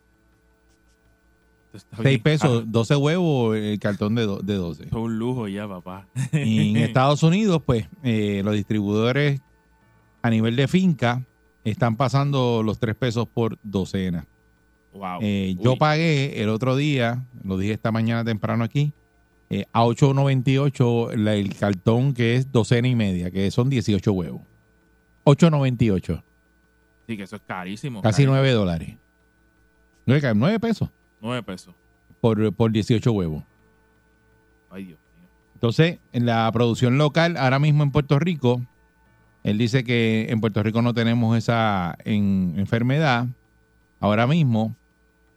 6 pesos, 12 huevos, el cartón de, do- de 12. ah. Es un lujo ya, papá. *laughs* Y en Estados Unidos, pues, eh, los distribuidores a nivel de finca están pasando los 3 pesos por docena. Wow. Eh, yo Uy. pagué el otro día, lo dije esta mañana temprano aquí, eh, a 8.98 la- el cartón que es docena y media, que son 18 huevos. 8.98, Sí, que eso es carísimo. casi carísimo. 9 dólares. Nueve ca- nueve pesos Nueve pesos. por, por 18 huevos. Ay, Dios mío. Entonces, en la producción local, ahora mismo en Puerto Rico, él dice que en Puerto Rico no tenemos esa en- enfermedad ahora mismo,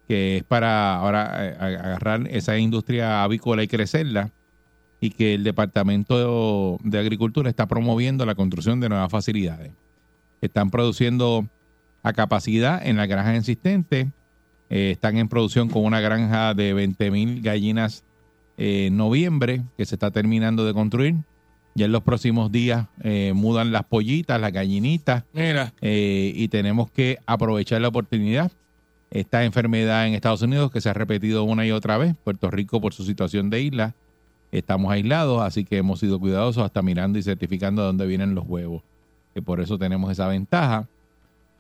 que es para ahora eh, a- agarrar esa industria avícola y crecerla, y que el Departamento de Agricultura está promoviendo la construcción de nuevas facilidades. Están produciendo a capacidad en las granjas existentes, eh, están en producción con una granja de 20.000 gallinas eh, en noviembre, que se está terminando de construir. Ya en los próximos días eh, mudan las pollitas, las gallinitas, Mira. eh, y tenemos que aprovechar la oportunidad. Esta enfermedad en Estados Unidos que se ha repetido una y otra vez, Puerto Rico por su situación de isla, estamos aislados, así que hemos sido cuidadosos hasta mirando y certificando de dónde vienen los huevos, que por eso tenemos esa ventaja.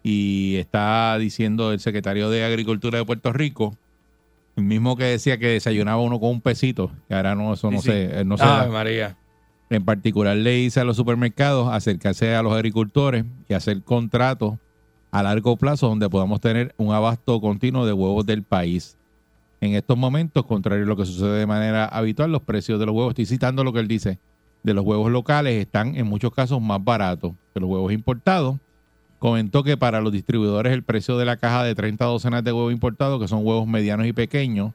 Y está diciendo el secretario de Agricultura de Puerto Rico, el mismo que decía que desayunaba uno con un pesito, que ahora no, eso no, Sí, sí. Se, no se da. Ave María. En particular le dice a los supermercados acercarse a los agricultores y hacer contratos a largo plazo donde podamos tener un abasto continuo de huevos del país. En estos momentos, contrario a lo que sucede de manera habitual, los precios de los huevos, estoy citando lo que él dice, de los huevos locales están en muchos casos más baratos que los huevos importados. Comentó que para los distribuidores el precio de la caja de 30 docenas de huevos importados, que son huevos medianos y pequeños,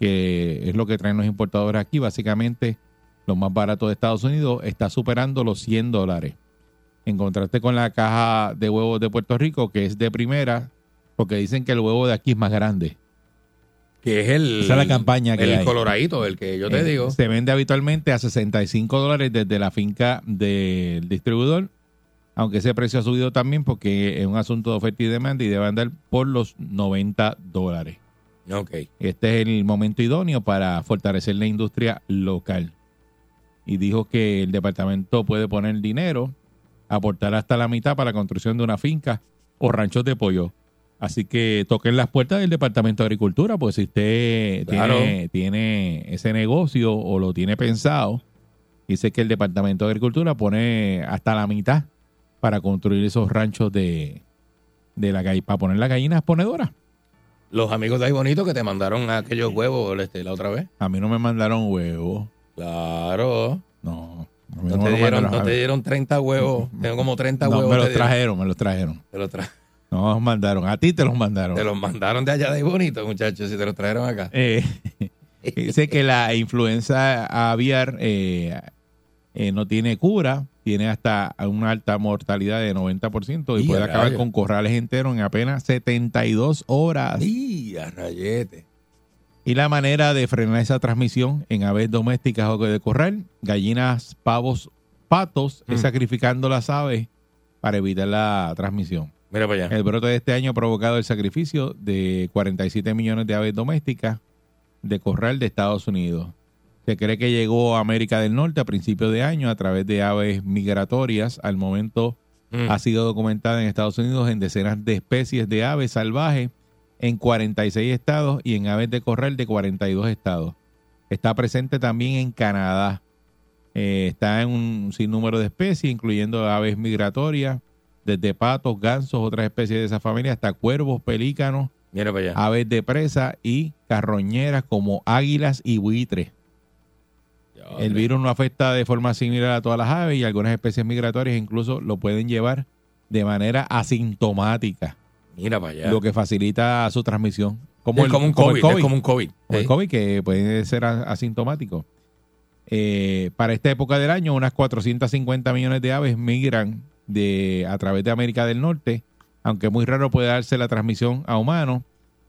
que es lo que traen los importadores aquí, básicamente lo más barato de Estados Unidos, está superando los 100 dólares. En contraste con la caja de huevos de Puerto Rico, que es de primera, porque dicen que el huevo de aquí es más grande. Que es el. Esa es la campaña que El hay. coloradito, el que yo te Eh, digo. Se vende habitualmente a 65 dólares desde la finca del distribuidor, aunque ese precio ha subido también porque es un asunto de oferta y demanda y debe andar por los 90 dólares. Ok. Este es el momento idóneo para fortalecer la industria local. Y dijo que el departamento puede poner dinero, aportar hasta la mitad para la construcción de una finca o ranchos de pollo. Así que toquen las puertas del Departamento de Agricultura, pues si usted Claro. tiene, tiene ese negocio o lo tiene pensado, dice que el Departamento de Agricultura pone hasta la mitad para construir esos ranchos de, de la gallina, para poner las gallinas ponedoras. Los amigos de ahí bonitos que te mandaron aquellos huevos este, la otra vez. A mí no me mandaron huevos. Claro. No. a mí No, me te, lo dieron, mandaron. no te dieron 30 *laughs* huevos. Tengo como 30 No, huevos. te me los dieron. trajeron, me los trajeron. Te los, tra- No me los mandaron. A ti te los mandaron. te los mandaron de allá de ahí bonito, muchachos, si te los trajeron acá. Eh, *laughs* dice que la influenza aviar eh, eh, no tiene cura, tiene hasta una alta mortalidad de 90% y Y a puede acabar rayos. con corrales enteros en apenas 72 horas. ¡Día, rayete! Y la manera de frenar esa transmisión en aves domésticas o de corral, gallinas, pavos, patos, es Mm. sacrificando las aves para evitar la transmisión. Mira para allá. El brote de este año ha provocado el sacrificio de 47 millones de aves domésticas de corral de Estados Unidos. Se cree que llegó a América del Norte a principios de año a través de aves migratorias. Al momento Mm. ha sido documentada en Estados Unidos en decenas de especies de aves salvajes en 46 estados y en aves de corral de 42 estados. Está presente también en Canadá. Eh, está en un sinnúmero de especies, incluyendo aves migratorias, desde patos, gansos, otras especies de esa familia, hasta cuervos, pelícanos, Mira para allá. aves de presa y carroñeras como águilas y buitres. Ya, El hombre. virus no afecta de forma similar a todas las aves y algunas especies migratorias incluso lo pueden llevar de manera asintomática, Mira para allá. lo que facilita su transmisión. es como un COVID, el Es como un COVID. como el Sí. COVID, que puede ser a- asintomático. Eh, para esta época del año, unas 450 millones de aves migran de, a través de América del Norte, aunque muy raro puede darse la transmisión a humanos.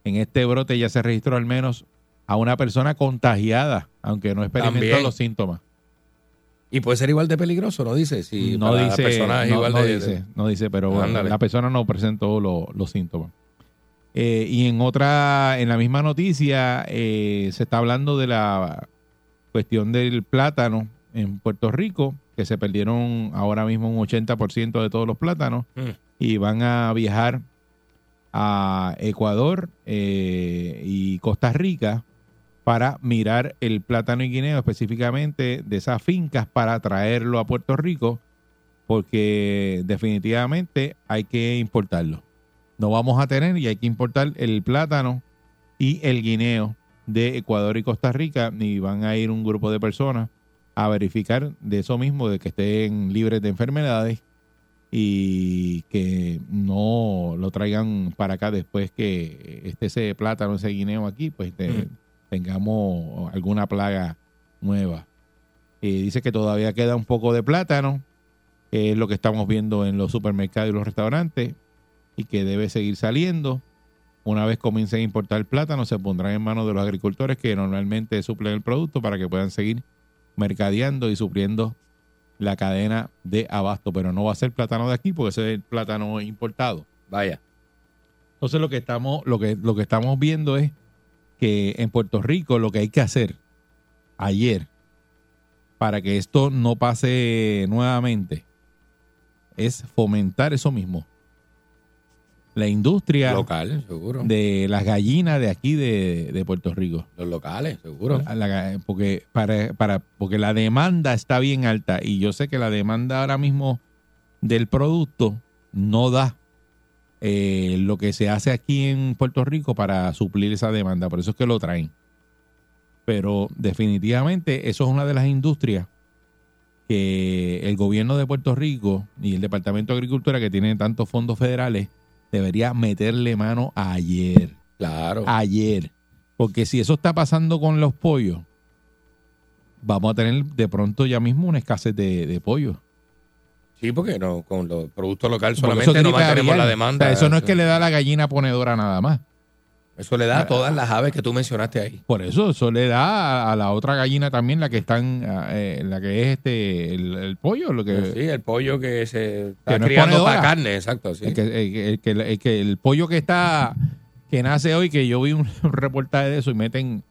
En este brote ya se registró al menos a una persona contagiada, aunque no experimentó También. los síntomas. Y puede ser igual de peligroso, ¿no dice? Si no para la dice, persona es no, igual no de- de- dice, no dice, pero bueno, Ándale. la persona no presentó lo- los síntomas. Eh, y en otra, en la misma noticia, eh, se está hablando de la cuestión del plátano en Puerto Rico, que se perdieron ahora mismo un 80% de todos los plátanos Mm. y van a viajar a Ecuador eh, y Costa Rica para mirar el plátano y guineo específicamente de esas fincas para traerlo a Puerto Rico porque definitivamente hay que importarlo. No vamos a tener y hay que importar el plátano y el guineo de Ecuador y Costa Rica y van a ir un grupo de personas a verificar de eso mismo, de que estén libres de enfermedades y que no lo traigan para acá después que esté ese plátano, ese guineo aquí, pues te- tengamos alguna plaga nueva. Eh, dice que todavía queda un poco de plátano, que es lo que estamos viendo en los supermercados y los restaurantes, y que debe seguir saliendo. Una vez comiencen a importar plátano, se pondrán en manos de los agricultores que normalmente suplen el producto para que puedan seguir mercadeando y supliendo la cadena de abasto. Pero no va a ser plátano de aquí porque ese es el plátano importado. Vaya. Entonces lo que estamos, lo que, lo que estamos viendo es que en Puerto Rico lo que hay que hacer ayer para que esto no pase nuevamente es fomentar eso mismo. La industria Local, seguro. de las gallinas de aquí de, de Puerto Rico. Los locales, seguro. A la ga- porque, para, para, porque la demanda está bien alta y yo sé que la demanda ahora mismo del producto no da eh, lo que se hace aquí en Puerto Rico para suplir esa demanda. Por eso es que lo traen. Pero definitivamente eso es una de las industrias que el gobierno de Puerto Rico y el Departamento de Agricultura que tienen tantos fondos federales debería meterle mano ayer Claro. ayer. Porque si eso está pasando con los pollos, vamos a tener de pronto ya mismo una escasez de, de pollo. Sí, porque no, con los productos locales Porque solamente tiene no que mantenemos variar. la O demanda. sea, eso no es que Ah. le da la gallina ponedora nada más. Eso le da a todas las aves que tú mencionaste ahí. Por eso, eso le da a, a la otra gallina también, la que están, a, eh, la que es este, el, el pollo, lo que, Sí, el pollo que se está Que no es criando ponedora. para carne, exacto. Sí. el, que, el que- el que- el que- el pollo que está, que nace hoy, que yo vi un *laughs* reportaje de eso y meten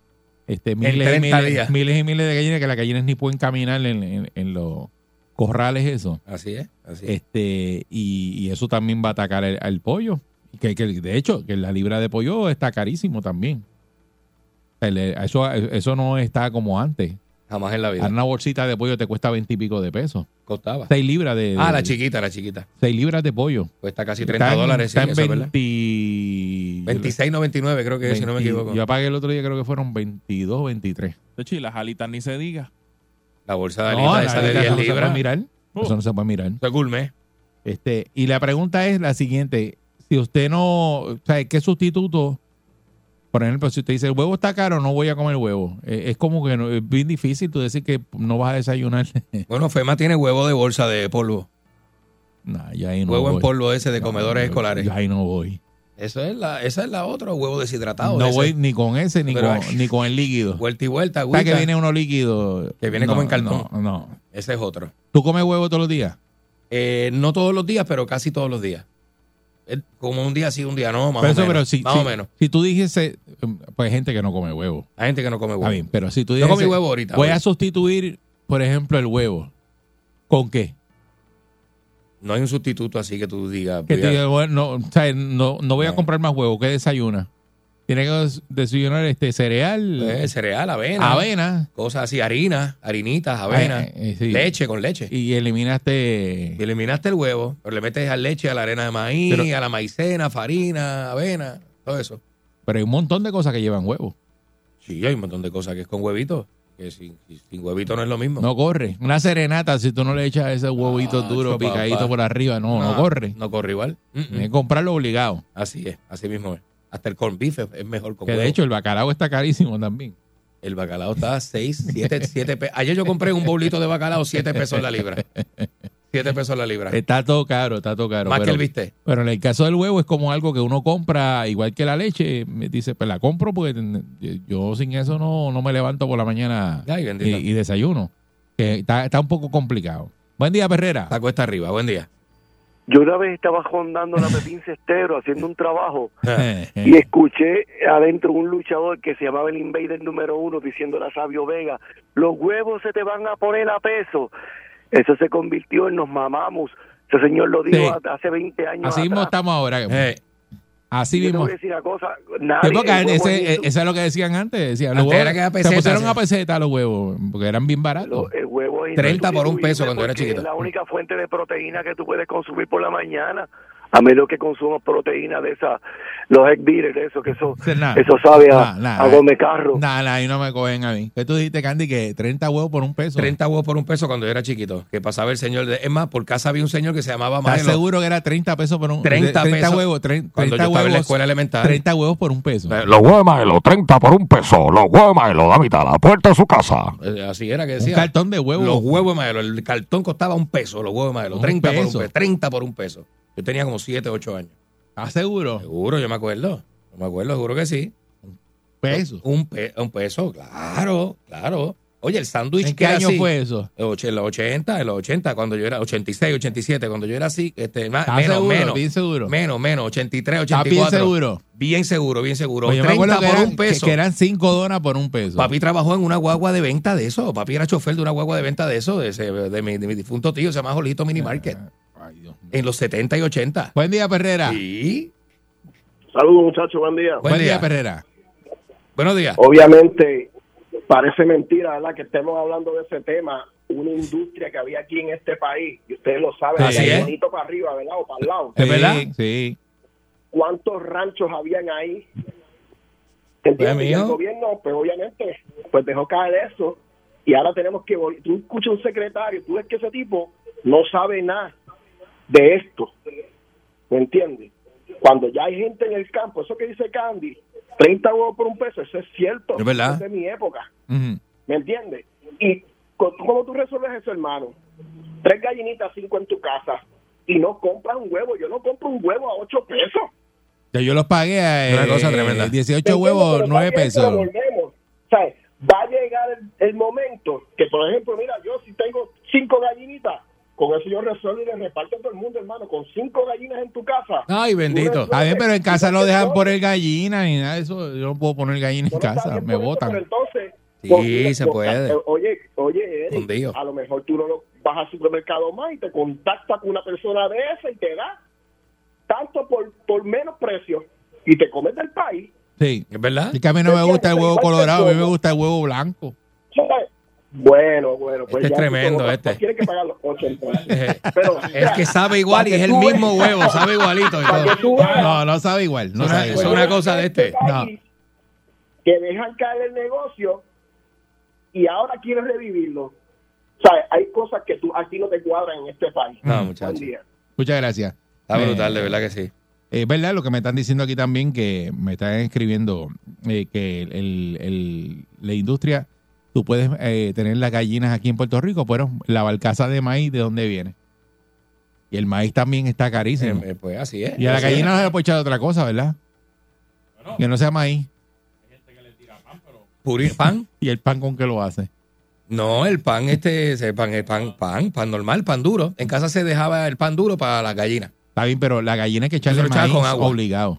este, miles, y 30 miles, días. miles y miles de gallinas, que las gallinas ni pueden caminar en, en- en los corrales, eso. Así es, así es. este y, y eso también va a atacar el- al pollo que, que de hecho que la libra de pollo está carísimo también El- el- eso, eso no está como antes Jamás en la vida. Ahora una bolsita de pollo te cuesta veintipico de pesos Costaba. seis libras de, Ah, la de- chiquita, la chiquita. seis libras de pollo Cuesta casi 30 Eh, Está en- dólares. está sí, en eso, ¿verdad? veinti- 26.99 creo que es, si no me 20 equivoco. yo pagué el otro día creo que fueron 22 23 De hecho, y las alitas ni se diga. La bolsa de No, alitas esa la- de eso 10 no se puede libras. mirar Uh. eso no se puede mirar Eso es gourmet. Este, y la pregunta es la siguiente: si usted no, o sea, ¿qué sustituto? Por ejemplo, si usted dice el huevo está caro, no voy a comer huevo. Eh, es como que no- es bien difícil tú decir que no vas a desayunar. *laughs* Bueno, FEMA tiene huevo de bolsa de polvo. Nah, yo ahí no huevo voy. en polvo ese de Yo comedores ahí no voy. escolares. Yo ahí no voy. Eso es la, esa es la otra, huevo deshidratado. No ese. voy ni con ese ni, Pero, con, ay. ni con el líquido. Vuelta y vuelta, O sea, que agüita. viene uno líquido. Que viene como No, en cartón. No, no. Ese es otro. ¿Tú comes huevo todos los días? Eh, no todos los días, pero casi todos los días. Eh, Como un día sí, un día no, más Pero o eso, menos. pero si, más si- o menos. si tú dijese, pues hay gente que no come huevo. Hay gente que no come huevo. Está bien, pero si tú Yo dices. comí huevo ahorita, Voy hoy. a sustituir, por ejemplo, el huevo. ¿Con qué? No hay un sustituto así que tú digas. Que voy a- te diga, bueno, no, o sea, no, no voy a No. comprar más huevo. ¿Qué desayuna? Tiene que des- desayunar este cereal, eh, cereal, avena. avena. Cosas así, harina, harinitas, avena. Ah, eh, sí. Leche con leche. Y eliminaste. Y eliminaste el huevo, pero le metes a leche, a la arena de maíz, Pero- a la maicena, farina, avena, todo eso. Pero hay un montón de cosas que llevan huevo. Sí, hay un montón de cosas que es con huevito, que sin, sin huevito no es lo mismo. No corre. Una serenata, si tú no le echas ese huevito Ah, duro, cho, papá. picadito por arriba, no, no, Ah, corre. No corre igual. Mm, mm. Tienes que comprarlo obligado. Así es, así mismo es. Hasta el corn beef es, es mejor con Que de huevo. hecho el bacalao está carísimo también. el bacalao está a 6, *laughs* 7, 7 pesos. Ayer yo compré un bolito de bacalao, 7 pesos la libra. 7 pesos la libra. Está todo caro, está todo caro. Más pero- que el *laughs* bistec. Pero en el caso del huevo es como algo que uno compra, igual que la leche, me dice, pues la compro porque yo sin eso no, no me levanto por la mañana Ay, y, bendito. y desayuno. Que está, está un poco complicado. Buen día, Perrera. Está cuesta arriba. Buen día. Yo una vez estaba rondando la Pepín Cestero haciendo un trabajo y Eh, escuché adentro un luchador que se llamaba el Invader número uno diciéndole a Sabio Vega, los huevos se te van a poner a peso. Eso se convirtió en nos mamamos. Ese señor lo dijo Sí. a- hace 20 años Así mismo atrás. estamos ahora. Eh, Así Yo te mismo. voy a decir una cosa, Sí, nadie- porque el huevo ese- en eh, Jesús- eso es lo que decían antes. Decían, Antes los huevos- era que era se peseta, pusieron hacían. a peseta los huevos porque eran bien baratos. Los, eh, huevos 30 por un peso insustituibles cuando era porque chiquito. Es la única fuente de proteína que tú puedes consumir por la mañana. a menos que consumas proteína de esas, los egg beaters, eso, que eso, Ese es nada. eh. eso sabe a, Nah, nah, a nah. Gómez Carro. Nah, nah, ahí no me cogen a mí. ¿Qué tú dijiste, Candy? Que 30 huevos por un peso. 30 huevos por un peso cuando yo era chiquito, que pasaba el señor. De, es más, por casa había un señor que se llamaba ¿Estás Maelo. seguro que era 30 pesos por un 30 pesos. huevos, tre- 30 Cuando yo estaba huevos, en la escuela elemental. 30 huevos por un peso. Los huevos de Maelo, 30 por un peso. Los huevos de Maelo, la mitad, la puerta de su casa. Eh, Así era que Un decía. cartón de huevos. Los huevos de madero. El cartón costaba un peso, los huevos de madero. Un 30 por un peso. peso. 30 por un peso. Yo tenía como 7, 8 años. ¿Estás seguro? Seguro, yo me acuerdo. Yo me acuerdo, seguro que sí. Peso. Un, pe- un peso, claro, claro. Oye, el sándwich ¿En que qué era año así, fue eso? och- En los 80, en los 80, cuando yo era 86, 87, cuando yo era así, este, más, ¿Estás menos, seguro? menos, Bien seguro. menos, menos, 83, ¿Estás 84. bien seguro? Bien seguro, bien seguro. Pues yo 30 me acuerdo que por eran, un peso. que- que eran 5 donas por un peso. Papi trabajó en una guagua de venta de eso. Papi era chofer de una guagua de venta de eso, de, ese- de mi, de mi difunto tío, se llama Jolito Mini Market. Ah, Ay, Dios mío. En los 70 y 80. Buen día, Perrera. Sí. Saludos, muchachos, buen día. Buen, Buen día, día. Perrera. Buenos días. Obviamente, parece mentira, ¿verdad?, que estemos hablando de ese tema, una industria que había aquí en este país, y ustedes lo saben, Así había es. bonito para arriba, ¿verdad?, o para el lado. ¿Es Sí, verdad? Sí. ¿Cuántos ranchos habían ahí? ¿Entiendes? Pues, Y el amigo. gobierno, pues obviamente, pues dejó caer eso, y ahora tenemos que... vol- Tú escuchas un secretario, tú ves que ese tipo no sabe nada de esto, ¿me entiendes? Cuando ya hay gente en el campo, eso que dice Candy, 30 huevos por un peso, eso es cierto, Es verdad. es de mi época. Ujú. ¿Me entiendes? ¿Y co- cómo tú resuelves eso, hermano? Tres gallinitas, cinco en tu casa y no compras un huevo. Yo no compro un huevo a ocho pesos. Ya Yo los pagué a Una eh, cosa tremenda. ¿Me 18 entiendes? huevos, Pero 9 también pesos. cuando volvemos, ¿sabes? Va a llegar el, el momento que, por ejemplo, mira, yo si tengo cinco gallinitas, con eso yo resuelvo y le reparto a todo el mundo, hermano. Con cinco gallinas en tu casa. Ay, bendito. Está bien, pero en casa no lo dejan poner gallina ni nada de eso. Yo no puedo poner gallina en Bueno, está casa, bien me por eso, pero botan. entonces, Sí, consigue- se con- puede. Oye, oye, Eric, Hundido. a lo mejor tú no lo- vas al supermercado más y te contactas con una persona de esa y te da tanto por, por menos precio y te comes del país. Sí. ¿Es verdad? Es que a mí no me gusta el huevo colorado, a mí me gusta el huevo blanco. ¿Sabes? Bueno, bueno, pues Este es ya tú tremendo, como- este. Tienes que pagar los *laughs* 80. Pero, Es que sabe igual y es el mismo huevo, sabe igualito. y todo. No, no sabe igual, no Eso sabe es igual. una cosa de este. No. Que dejan caer el negocio y ahora quieren revivirlo. ¿Sabes? Hay cosas que tú, aquí no te cuadran en este país. No, Buen muchacho. día. Muchas gracias. Está Eh, brutal, de verdad que sí. Es verdad lo que me están diciendo aquí también, que me están escribiendo eh, que el- el- el- la industria, tú puedes eh, tener las gallinas aquí en Puerto Rico, pero la balcaza de maíz, ¿de dónde viene? Y el maíz también está carísimo. Eh, eh, pues así es. Y a la Así es. gallina no se le puede echar otra cosa, ¿verdad? Que no sea maíz. *laughs* Puri- pan. Y el pan con que lo hace. No, el pan, este, ese pan, el pan, pan, pan normal, pan duro. En casa se dejaba el pan duro para las gallinas. Está bien, pero la gallina hay que echarle Eso lo echaba maíz con agua. obligado.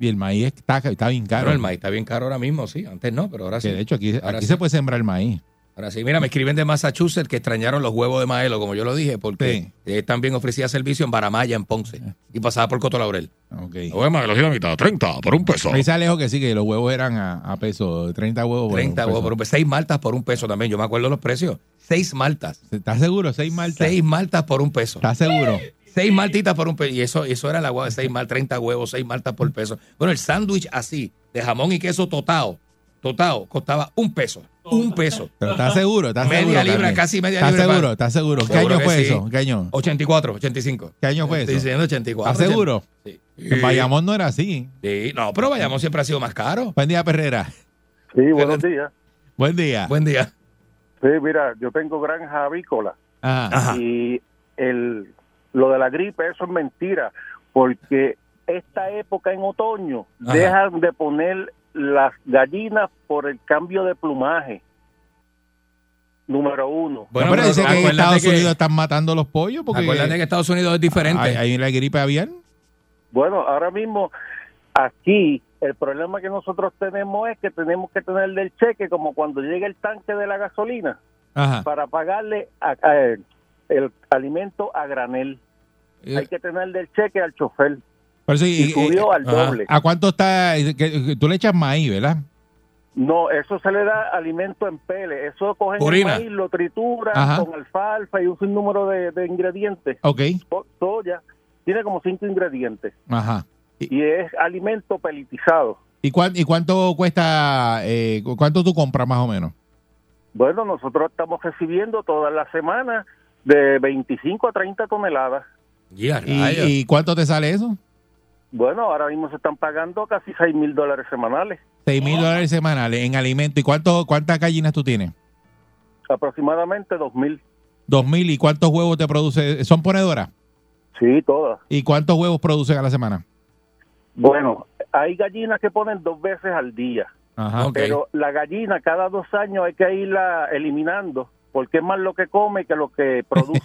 Y el maíz está, está bien caro. Claro, el maíz está bien caro ahora mismo, sí. Antes no, pero ahora sí. Que de hecho aquí, Ahora aquí sí. se puede sembrar maíz. Ahora sí, mira, me escriben de Massachusetts que extrañaron los huevos de Maelo, como yo lo dije, porque eh, también ofrecía servicio en Baramaya, en Ponce, y pasaba por Coto Laurel. Ok. Los huevos de Maelo, sí, la mitad, 30 por un peso. Me dice Alejo que sí, que los huevos eran a, a peso, 30 huevos. por 30 un huevos peso. por un peso. Seis maltas por un peso también, yo me acuerdo los precios. Seis maltas. ¿Estás seguro? ¿Seis maltas? Seis maltas por un peso. ¿Estás seguro? Seis maltitas por un peso. Y eso, eso era la guagua de seis mal, 30 huevos, seis maltas por peso. Bueno, el sándwich así, de jamón y queso totao, totao, costaba un peso. Un peso. Pero ¿Estás seguro? ¿Estás Media seguro, libra, Carmen? casi media ¿Estás libra, Seguro? pa- ¿Estás seguro? ¿Qué Seguro año que fue sí. eso? ¿Qué año? 84, 85. ¿Qué año fue Estoy eso? diciendo 84. ¿Estás seguro? Sí. En Bayamón no era así. Sí, no, pero Bayamón siempre ha sido más caro. Buen día, Perrera. Sí, buenos días. Buen día. Buen día. Sí, mira, yo tengo granja avícola Ajá. y el, lo de la gripe, eso es mentira, porque esta época en otoño Ajá. dejan de poner las gallinas por el cambio de plumaje, número uno. Bueno, pero dice que en acuérdate Estados que- Unidos están matando los pollos porque Acuérdate que Estados Unidos es diferente. hay, hay la gripe aviar. Bueno, ahora mismo aquí el problema que nosotros tenemos es que tenemos que tener del cheque como cuando llega el tanque de la gasolina Ajá. para pagarle a- a- el alimento a granel. Hay que tener del cheque al chofer. Eh, Por eso, y- Y subió eh, al doble. ¿A cuánto está? que- que Tú le echas maíz, ¿verdad? No, eso se le da alimento en pele. Eso cogen Purina. el maíz, lo trituran Ajá. con alfalfa y un sinnúmero de, de ingredientes. Ok. so- Soya. tiene como cinco ingredientes Ajá. y es alimento pelitizado. ¿Y, cuán- y cuánto cuesta, eh, cu- cuánto tú compras más o menos? Bueno, nosotros estamos recibiendo todas las semanas de 25 a 30 toneladas. ¿Y, y cuánto te sale eso? Bueno, ahora mismo se están pagando casi 6 mil dólares semanales. Seis mil dólares semanales en alimento. ¿Y cuánto, cuántas gallinas tú tienes? Aproximadamente 2 mil. Dos mil. ¿Y cuántos huevos te produce? ¿Son ponedoras? Sí, todas. ¿Y cuántos huevos producen a la semana? Bueno, hay gallinas que ponen dos veces al día. Ajá. Pero la gallina cada dos años hay que irla eliminando porque es más lo que come que lo que produce.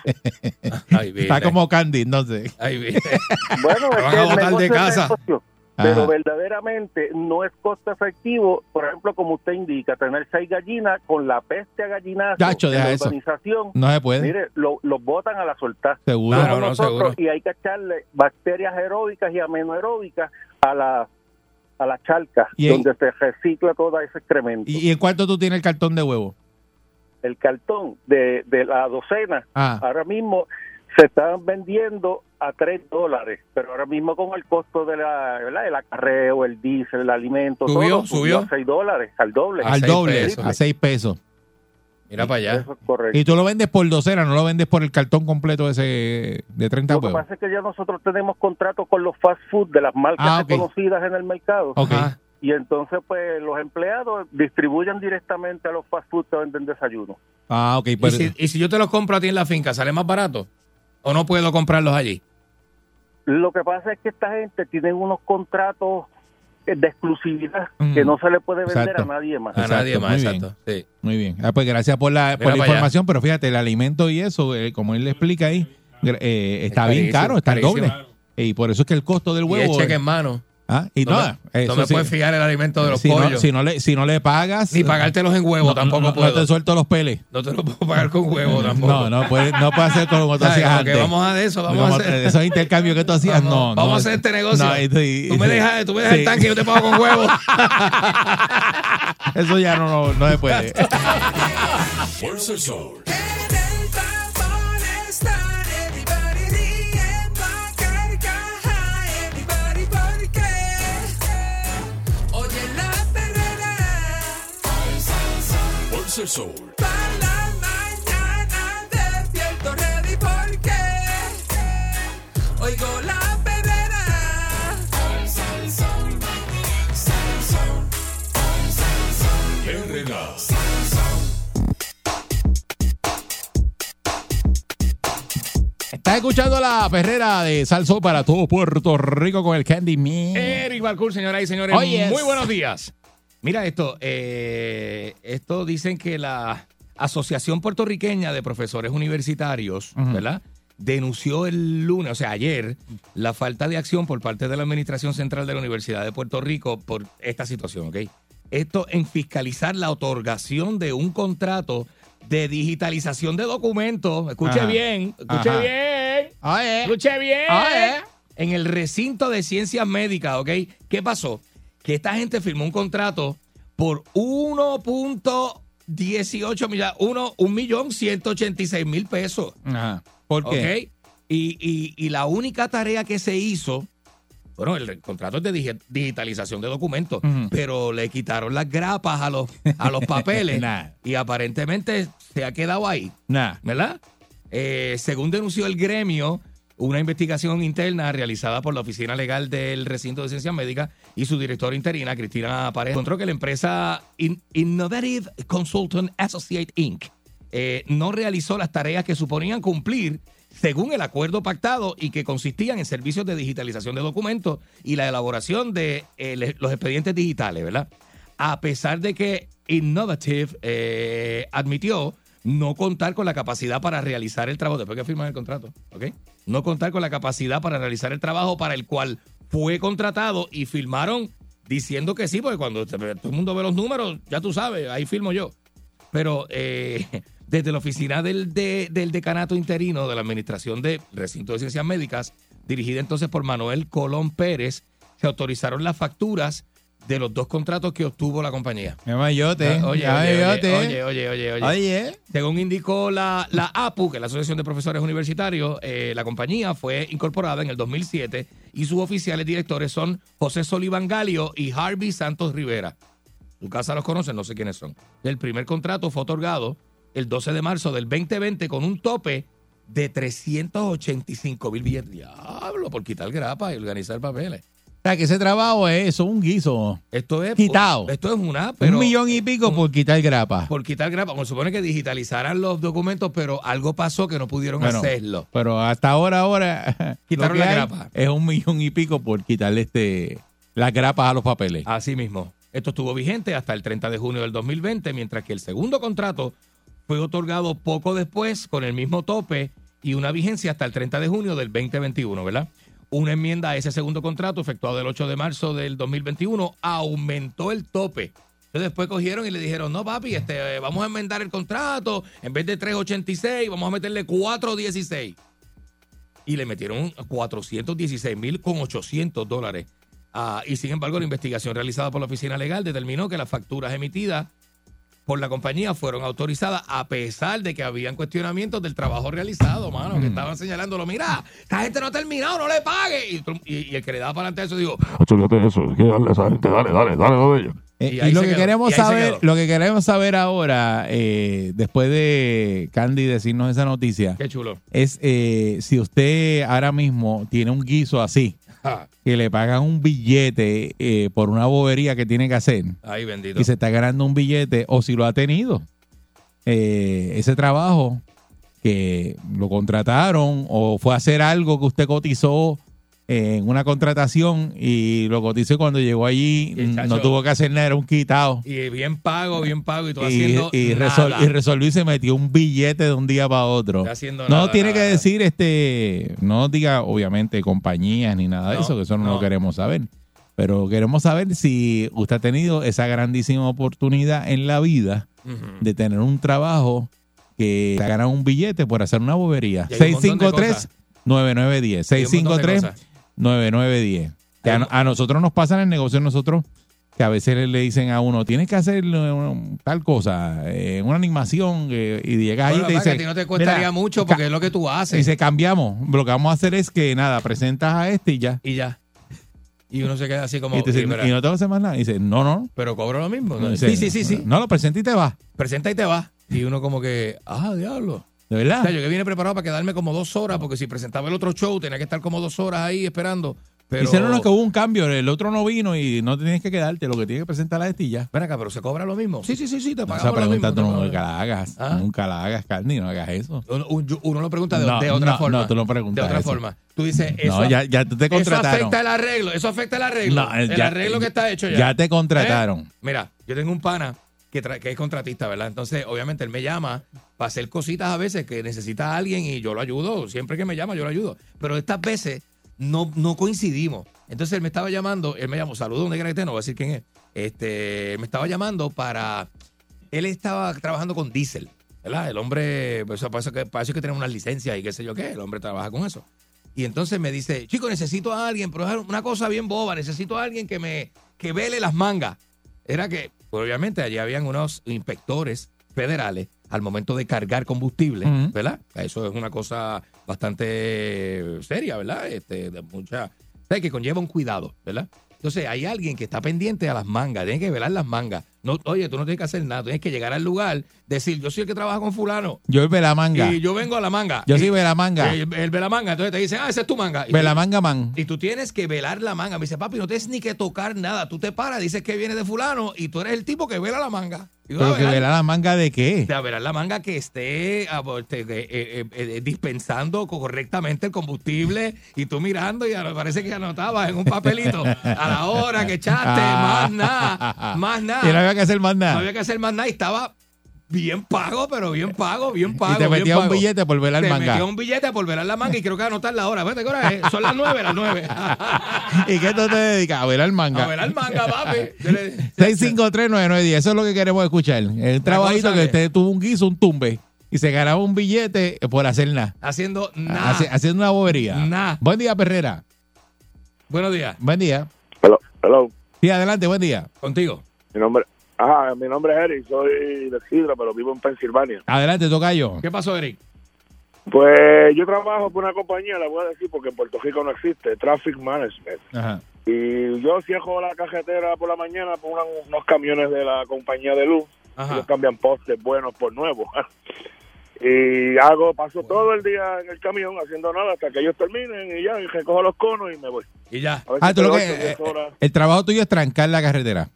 Está como Candy, entonces. *laughs* bueno, Te es van que a el botar de negocio es casa. negocio, pero Ajá. verdaderamente no es costo efectivo, por ejemplo, como usted indica, tener seis gallinas con la peste a gallinazo Chacho, en deja la eso. urbanización. No se puede. Mire, lo- los botan a la soltar. Seguro. Como Claro, no, nosotros, seguro. Y hay que echarle bacterias aeróbicas y amenoaeróbicas a la a la charca, Y en- donde se recicla todo ese excremento. ¿Y, y en cuánto tú tienes el cartón de huevos? el cartón de, de la docena, Ah. ahora mismo se están vendiendo a 3 dólares, pero ahora mismo con el costo de la, ¿verdad? el acarreo, el diésel, el alimento, Subió, todo, subió. a 6 dólares, al doble. Al doble, a seis pesos. Mira para allá. Eso es correcto. Y tú lo vendes por docena, no lo vendes por el cartón completo ese de 30 Lo que huevos. pasa es que ya nosotros tenemos contrato con los fast food de las marcas Ah, ok. reconocidas en el mercado. Ok. Y entonces, pues, los empleados distribuyen directamente a los fast food que venden desayuno. Ah, ok. ¿Y, si, y si yo te los compro a ti en la finca, ¿sale más barato? ¿O no puedo comprarlos allí? Lo que pasa es que esta gente tiene unos contratos eh, de exclusividad que no se le puede vender Exacto. a nadie más. Exacto, muy bien. Muy bien. Ah, pues gracias por la, Mira por la para allá. información, pero fíjate, el alimento y eso, eh, como él le explica ahí, gra- eh, Es está bien carísimo, caro, está al carísimo. doble. Y por eso es que el costo del Y el huevo... cheque eh, en mano. ah, y no, nada, me, no eso me sí. puedes fiar el alimento de los si pollos. no, si no le, si no le pagas... Ni pagártelos en huevo No, tampoco no, puedo. No te suelto los peles. No te lo puedo pagar con huevo tampoco. No, no puede, no puede hacer como tú ¿Sabes? hacías Como que antes. vamos a de eso, vamos Como a hacer- te- Esos intercambios que tú hacías, no. vamos no, a hacer este negocio. no, esto y- Tú me dejas, tú me dejas Sí. el tanque y yo te pago con huevo. *laughs* Eso ya no, no, no se puede. *laughs* Fuerza el sol. Oye la perrera. Fuerza el sol. Pa' la mañana despierto ready porque oigo la perrera. Perrera. Estás escuchando la perrera de Salso para todo Puerto Rico con el Candy Man. Eric Balcour, señoras y señores. Oh, yes. Muy buenos días. Mira esto. eh, esto dicen que la Asociación Puertorriqueña de Profesores Universitarios, Ujú. ¿verdad? Denunció el lunes, o sea, ayer, la falta de acción por parte de la Administración Central de la Universidad de Puerto Rico por esta situación, ¿ok? Esto en fiscalizar la otorgación de un contrato de digitalización de documentos. Escuche Ajá. bien, escuche Ah. Ajá. bien. Escuche bien. Ah, eh, En el recinto de ciencias médicas, ¿ok? ¿Qué pasó? Que esta gente firmó un contrato por 1.18 millones, 1.186.000 mil pesos. Ajá. ¿Por ¿Ok? qué? Y, y- y la única tarea que se hizo, bueno, el contrato es de digi- digitalización de documentos, Ujú. pero le quitaron las grapas a los, a los papeles *laughs* Nah. y aparentemente se ha quedado ahí. Nah. ¿verdad? Eh, según denunció el gremio, una investigación interna realizada por la oficina legal del recinto de ciencias médicas y su directora interina, Cristina Paredes, encontró que la empresa In- Innovative Consultant Associate Inc. eh, no realizó las tareas que suponían cumplir según el acuerdo pactado y que consistían en servicios de digitalización de documentos y la elaboración de eh, le- los expedientes digitales, ¿verdad? a pesar de que Innovative eh, admitió no contar con la capacidad para realizar el trabajo, después que firman el contrato, ¿ok? No contar con la capacidad para realizar el trabajo para el cual fue contratado y firmaron diciendo que sí, porque cuando te- todo el mundo ve los números, ya tú sabes, ahí firmo yo. Pero eh, *laughs* desde la oficina del, de- del decanato interino de la Administración de Recinto de Ciencias Médicas, dirigida entonces por Manuel Colón Pérez, se autorizaron las facturas de los dos contratos que obtuvo la compañía. Mi mayote. Ah, Oye, Ay, oye, mayote. oye, oye, oye, Eh, oye, oye. Oye. Según indicó la, la APU, que es la Asociación de Profesores Universitarios, eh, la compañía fue incorporada en el 2007 y sus oficiales directores son José Soliván Galio y Harvey Santos Rivera. Su casa los conocen, no sé quiénes son. El primer contrato fue otorgado el 12 de marzo del 2020 con un tope de 385 mil billetes. Diablo, por quitar grapa y organizar papeles. O sea, que ese trabajo es eso, un guiso. Esto es Quitado. Esto es una, pero un millón y pico por quitar grapa. por quitar grapa. Como se supone que digitalizaran los documentos, pero algo pasó que no pudieron Bueno, hacerlo. Pero hasta *laughs* ahora, ahora. Quitaron lo que la hay grapa. Es un millón y pico por quitarle este las grapas a los papeles. Así mismo. Esto estuvo vigente hasta el 30 de junio del 2020, mientras que el segundo contrato fue otorgado poco después con el mismo tope y una vigencia hasta el 30 de junio del 2021, ¿verdad? Una enmienda a ese segundo contrato, efectuado el 8 de marzo del 2021, aumentó el tope. Entonces después cogieron y le dijeron, no papi, este, eh, vamos a enmendar el contrato, en vez de 3.86 vamos a meterle 4.16. y le metieron 416 mil con 800 dólares. Ah, y sin embargo, la investigación realizada por la oficina legal determinó que las facturas emitidas por la compañía fueron autorizadas a pesar de que habían cuestionamientos del trabajo realizado, mano, Mm. que estaban señalándolo, mira, esta gente no ha terminado, no le pague. Y, Trump- y- y el que le daba para adelante eso dijo, Hacho, yo te- eso, hay que darle a esa gente, dale, dale, dale lo de ellos. Eh, Y y ahí lo se que quedó, queremos y ahí se saber, quedó. lo que queremos saber ahora, eh, después de Candy decirnos esa noticia, "Ah, qué chulo. es eh, si usted ahora mismo tiene un guiso así, Ja, que le pagan un billete eh, por una bobería que tiene que hacer Ay, bendito. y se está ganando un billete, o si lo ha tenido, eh, ese trabajo que lo contrataron o fue a hacer algo que usted cotizó eh, en una contratación y lo cotizó y cuando llegó allí mm, Y, chacho, no tuvo que hacer nada, era un quitado. Y bien pago, bien pago, y tú Y, haciendo y resol- nada. y resolvió y se metió un billete de un día para otro. Está haciendo No nada, tiene nada, que nada. decir, este, no diga obviamente compañías ni nada de No, eso, que eso no, no. lo queremos saber. Pero queremos saber si usted ha tenido esa grandísima oportunidad en la vida Ujú. de tener un trabajo que te gana un billete por hacer una bobería. Y hay un montón de 653-9910. Hay un montón de 653-9910. cosas. Que A, a nosotros nos pasa en el negocio, nosotros que a veces le dicen a uno, tienes que hacer eh, tal cosa, eh, una animación, eh, y llegas ahí Bueno, y te papá, que a dicen, ti no te costaría "Mira, mucho porque es lo que tú haces. dice, cambiamos, lo que vamos a hacer es que nada, presentas a este y ya. y ya. Y uno se queda así como. y, te "Sí, dicen, pero, y no te vas a hacer más nada. Y dice, no, no. pero cobro lo mismo. No, ¿no? dice, Sí, sí, sí, sí. No, lo presentas y te vas. Presenta y te vas. Y uno como que, ah, diablo. De verdad. O sea, yo que vine preparado para quedarme como dos horas, porque si presentaba el otro show tenía que estar como dos horas ahí esperando. Pero, Hicieron lo que hubo un cambio, el otro no vino y no tienes que quedarte, lo que tienes que presentar a este y ya. Ven acá, pero se cobra lo mismo. Sí, sí, sí, sí, te No, pagamos esa lo pregunta mismo, tú te no- pagamos. nunca la hagas, ¿Ah? nunca la hagas, Candy, no hagas eso. Uno, un- uno lo pregunta de, No, de otra no, forma. no, tú no preguntas De otra eso. forma. Tú dices, eso, no, ya, ya te eso contrataron. afecta el arreglo, eso afecta el arreglo. No, el ya- arreglo que está hecho ya. ¿Eh? Ya te contrataron. Mira, yo tengo un pana que, tra- que es contratista, ¿verdad? Entonces, obviamente, él me llama para hacer cositas a veces que necesita a alguien y yo lo ayudo. Siempre que me llama, yo lo ayudo. Pero estas veces no, no coincidimos. Entonces, él me estaba llamando, él me llamó, saludo, donde quiera que esté, no voy a decir quién es. Este, me estaba llamando para. Él estaba trabajando con diésel, ¿verdad? El hombre, o sea, para eso que, para eso es que tiene unas licencias y qué sé yo qué, el hombre trabaja con eso. Y entonces me dice, chico, necesito a alguien, pero es una cosa bien boba, necesito a alguien que me que vele las mangas. Era que, obviamente, allí habían unos inspectores federales al momento de cargar combustible, Ujú. ¿verdad? Eso es una cosa bastante seria, ¿verdad? Este, de mucha, ¿sabes? que conlleva un cuidado, ¿verdad? Entonces hay alguien que está pendiente a las mangas, tiene que velar las mangas. No, oye, tú no tienes que hacer nada, tú tienes que llegar al lugar, decir, yo soy el que trabaja con fulano Yo el Velamanga. y yo vengo a la manga. Yo Y- soy Velamanga. eh, El, velamanga, entonces te dicen, ah, esa es tu manga. Y tú- Velamanga man. y tú tienes que velar la manga. Me dice, papi, no tienes ni que tocar nada. Tú te paras, dices que viene de fulano y tú eres el tipo que vela la manga. Y vas a Pero que velar- verá la manga de o qué. sea, velar la manga que esté ah, bo- te- eh, eh, eh, eh, dispensando co- correctamente el combustible y tú mirando y ahora parece que anotabas en un papelito a la hora que echaste, más nada, más Ah. Y no nada. había que hacer más No nada. había que hacer más nada y estaba bien pago, pero bien pago, bien pago. y te bien metía un pago. billete por velar Te manga. metió un billete por velar la manga y creo que anotar la hora. Vete, ¿qué hora es? Son las nueve, las *laughs* nueve. ¿Y qué tú te dedicas? A velar A manga. ver al manga, *laughs* papi. Yo le- 6539910. Eso es lo que queremos escuchar. El trabajito cosa que que- usted tuvo un guiso, un tumbe. Y se ganaba un billete por hacer nada. Haciendo nada. Hace- Haciendo una bobería. Nah. Buen día, Perrera. Buenos días. Buen día. Hello, hello. Sí, adelante, buen día. Contigo. Mi nombre, ajá, mi nombre es Eric, soy de Sidra, pero vivo en Pensilvania. Adelante, Tocayo. ¿Qué pasó, Eric? Pues yo trabajo por una compañía, la voy a decir porque en Puerto Rico no existe, Traffic Management. Ajá. Y yo cierro la cajetera por la mañana por una- unos camiones de la compañía de luz. Ajá. Ellos cambian postes buenos por nuevos. *laughs* y hago, paso todo el día en el camión haciendo nada hasta que ellos terminen y ya, y recojo los conos y me voy. Y ya. A veces Ah, tú lo estoy que- ocho, diez horas. El trabajo tuyo es trancar la carretera.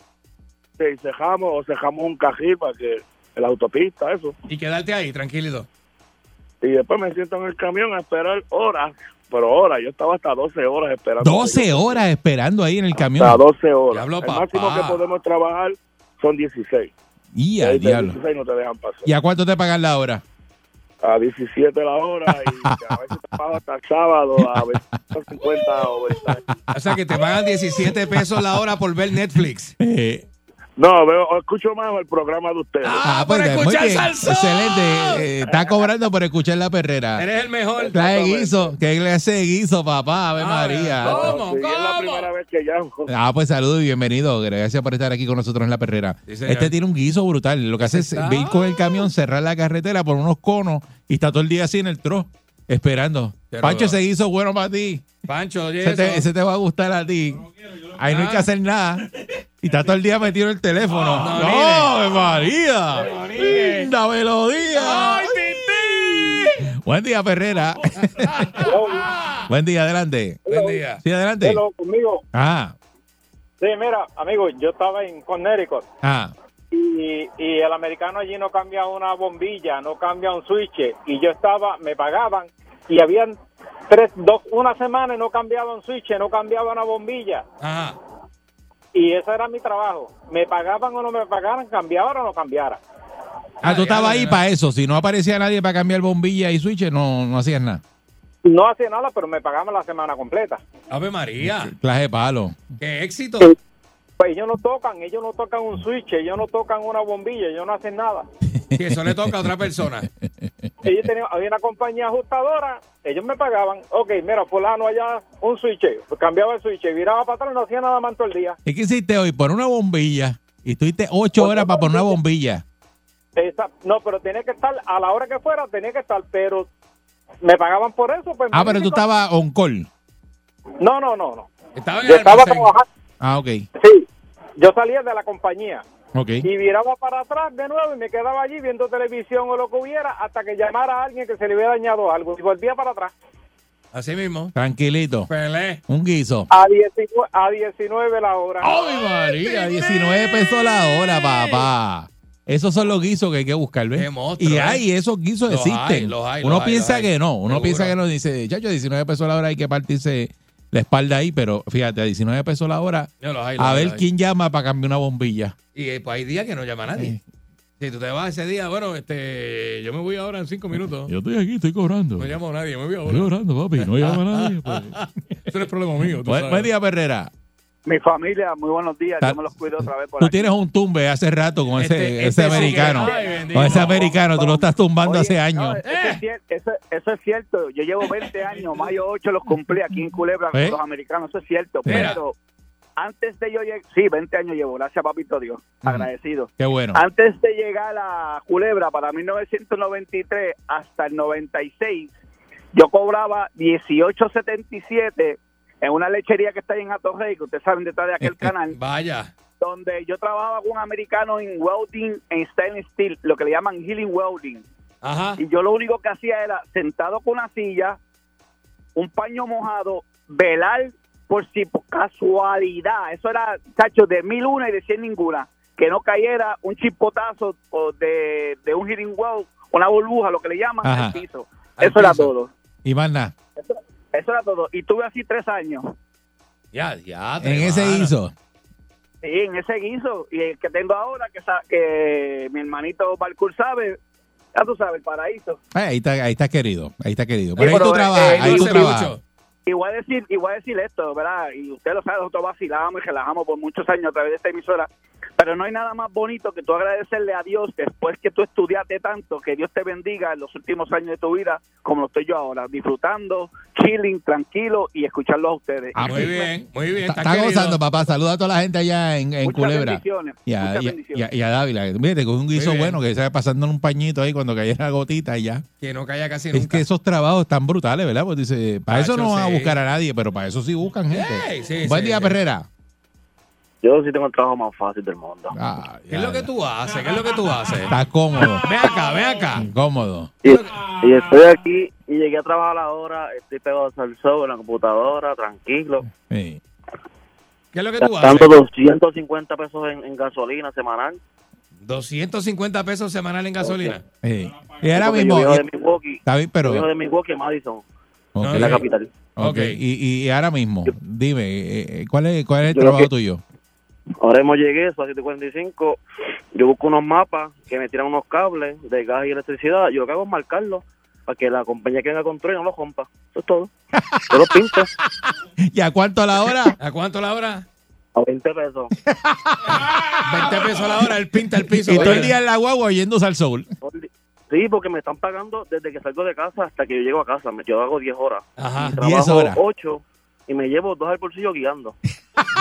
Sí, cejamos o cejamos un cajil para que la autopista, eso. Y quedarte ahí, tranquilito. Y después me siento en el camión a esperar horas, pero horas, yo estaba hasta 12 horas esperando. 12 horas esperando ahí en el camión. Hasta 12 horas. Diablo, el papá. máximo que podemos trabajar son 16. Y Ahí al de diablo. 16 no te dejan pasar. ¿Y a cuánto te pagan la hora? A 17 la hora *laughs* y a veces te pago hasta el sábado a 50 o 20. O sea, que te pagan 17 pesos la hora por ver Netflix. No, veo, escucho más el programa de ustedes. Eh, Ah, pues, muy bien. Excelente. Eh, está cobrando por escuchar la perrera. Eres el mejor. Trae guiso. ¿Qué clase de guiso, papá? Ave María. Sí, es la primera vez que llamo. Ah, pues saludos y bienvenido. Gracias por estar aquí con nosotros en la perrera. Sí, señor. este tiene un guiso brutal. Lo que hace es ir con el camión, cerrar la carretera por unos conos y está todo el día así en el tro, esperando. Qué Pancho, rudo. ese guiso es bueno para ti. Pancho, oye. Ese te, eso. ese te va a gustar a ti. Ahí no hay que hacer nada. Y está todo el día metido en el teléfono. Ah, ¡No, no, Ave María! ¡Linda melodía! Buen día, Ferrera. Buen día, adelante. Buen día. Sí, adelante. Hello, conmigo. Ah, Sí, mira, amigo, yo estaba en Connecticut ah. y, y el americano allí no cambia una bombilla, no cambia un switch. Y yo estaba, me pagaban y habían tres, dos, una semana y no cambiaba un switch, no cambiaba una bombilla. Ajá. Y eso era mi trabajo. Me pagaban o no me pagaran, cambiara o no cambiara. Ah, tú estabas ahí para eso. Si no aparecía nadie para cambiar bombilla y switch, no, no hacías nada. No hacía nada, pero me pagaban la semana completa. Ave María. Clase de palo. Qué éxito. Pues ellos no tocan, ellos no tocan un switch, ellos no tocan una bombilla, ellos no hacen nada. Y eso le toca a otra persona. ellos tenían, había una compañía ajustadora, ellos me pagaban, ok, mira, fulano allá, un switch, cambiaba el switch, viraba para atrás, no hacía nada más en todo el día. ¿Y qué hiciste hoy? Por una bombilla. Y estuviste ocho horas para poner una bombilla. Esa- no, pero tenía que estar, a la hora que fuera, tenía que estar, pero me pagaban por eso. Pues, Ah, pero tú magnífico. estabas on call. No, no, no, no. Estaba Yo estaba trabajando, Ah, ok. yo salía de la compañía. Ok. Y viraba para atrás de nuevo y me quedaba allí viendo televisión o lo que hubiera hasta que llamara a alguien que se le hubiera dañado algo y volvía para atrás. Así mismo. Tranquilito. Un guiso. A 19, a 19 la hora. ¡Ay, María! 19 pesos la hora, papá. Esos son los guisos que hay que buscar, ¿ves? y ¿eh? hay, esos guisos Los existen. hay, los hay, los Uno hay, piensa los hay. que no. Uno Seguro. piensa que no. Dice, chacho, 19 pesos la hora hay que partirse la espalda ahí, pero fíjate, a 19 pesos la hora. Ya los hay, los a hay, ver los hay. quién llama para cambiar una bombilla. Y eh, pues, hay días que no llama a nadie. Si tú te vas ese día, bueno, este, yo me voy ahora en cinco minutos. Yo estoy aquí, estoy cobrando. No llamo a nadie, me voy Estoy ahora. cobrando, papi. No *laughs* llama nadie. Eso no es problema mío. tú Buen, sabes. buen día, Perrera. Mi familia, muy buenos días. Ta- Yo me los cuido otra vez por Tú aquí. tienes un tumbe hace rato con ese, Este- ese este sí que- americano. ay, bendito. con ese americano, tú lo estás tumbando hace años. Eso, es cier- eso- eso es cierto. Yo llevo 20 años, mayo 8 los cumplí aquí en Culebra ¿Eh? con los americanos. Eso es cierto. Mira. Pero antes de yo llegar, sí, 20 años llevo. Gracias, papito Dios. Agradecido. Qué bueno. Antes de llegar a Culebra, para 1993 hasta el 96, yo cobraba 18.77 en una lechería que está ahí en Atorrey, que ustedes saben detrás de aquel Eh, canal. Vaya. Donde yo trabajaba con un americano en welding, en stainless steel, lo que le llaman healing welding. Y yo lo único que hacía era sentado con una silla, un paño mojado, velar por si por casualidad, eso era, chacho, de mil una y de cien ninguna, que no cayera un chipotazo o de, de un healing well, una burbuja, lo que le llaman, Ajá. al piso. Eso era todo. Y más nada. Eso era todo. Y tuve así tres años. Ya, ya. En ese guiso. Sí, en ese guiso. Y el que tengo ahora, que, sa- que mi hermanito Balcour sabe, ya tú sabes, el paraíso. Ay, Eh, ahí, está, ahí está querido. Ahí está querido. Sí, Pero ahí pero, tú eh, trabajas. eh, ahí no tú hace trabajas. mucho. Y voy a decir, y voy a decir esto, ¿verdad? Y usted lo sabe, nosotros vacilamos y relajamos por muchos años a través de esta emisora. Pero no hay nada más bonito que tú agradecerle a Dios después que tú estudiaste tanto, que Dios te bendiga en los últimos años de tu vida, como lo estoy yo ahora, disfrutando, chilling, tranquilo y escucharlo a ustedes. Y muy bien, muy bien. Ah, Está, gozando, papá. Saluda a toda la gente allá en, en Muchas Culebra. bendiciones, Y a, muchas y a- y a Dávila. Mire, con un guiso bien. bueno que estaba pasando un pañito ahí cuando cayera la gotita y ya. Que no calla casi Es que esos trabajos están brutales, ¿verdad? Pues dice, para eso Tacho, no van a sí. buscar a nadie, pero para eso sí buscan gente. Ey, sí, Buen sí, día, sí. Perrera. Yo sí tengo el trabajo más fácil del mundo. ¿Qué es lo que tú haces? ¿Qué es lo que tú haces? Ah, Está cómodo. Ve acá, ve acá. Cómodo. Y, y estoy aquí y llegué a trabajar ahora, estoy pegado al sol en la computadora, tranquilo. ¿Qué es lo que tú haces? Gastando 250 pesos en, en gasolina semanal. 250 pesos semanal en gasolina. Sí. Y ahora Porque mismo. Yo vivo de y- Milwaukee. Está bien, pero. Yo vivo de Milwaukee, Madison. Ok. en la capital. Ok, Y, y ahora mismo, dime, eh, eh, ¿cuál es, cuál es el Yo creo trabajo que- tuyo? Ahora mismo llegué, son las 7:45. Yo busco unos mapas que me tiran unos cables de gas y electricidad. Yo lo que hago es marcarlos para que la compañía que venga a construir no los compra. Eso es todo. Yo los pinto ¿Y a cuánto la hora? *laughs* ¿A cuánto la hora? a 20 pesos. 20 pesos la hora, él pinta el piso. y todo el vaya. día en la guagua yéndose al sol. Sí, porque me están pagando desde que salgo de casa hasta que yo llego a casa. Me- Yo hago 10 horas. Ajá, Y trabajo 10 horas. 8 y me llevo dos al bolsillo guiando.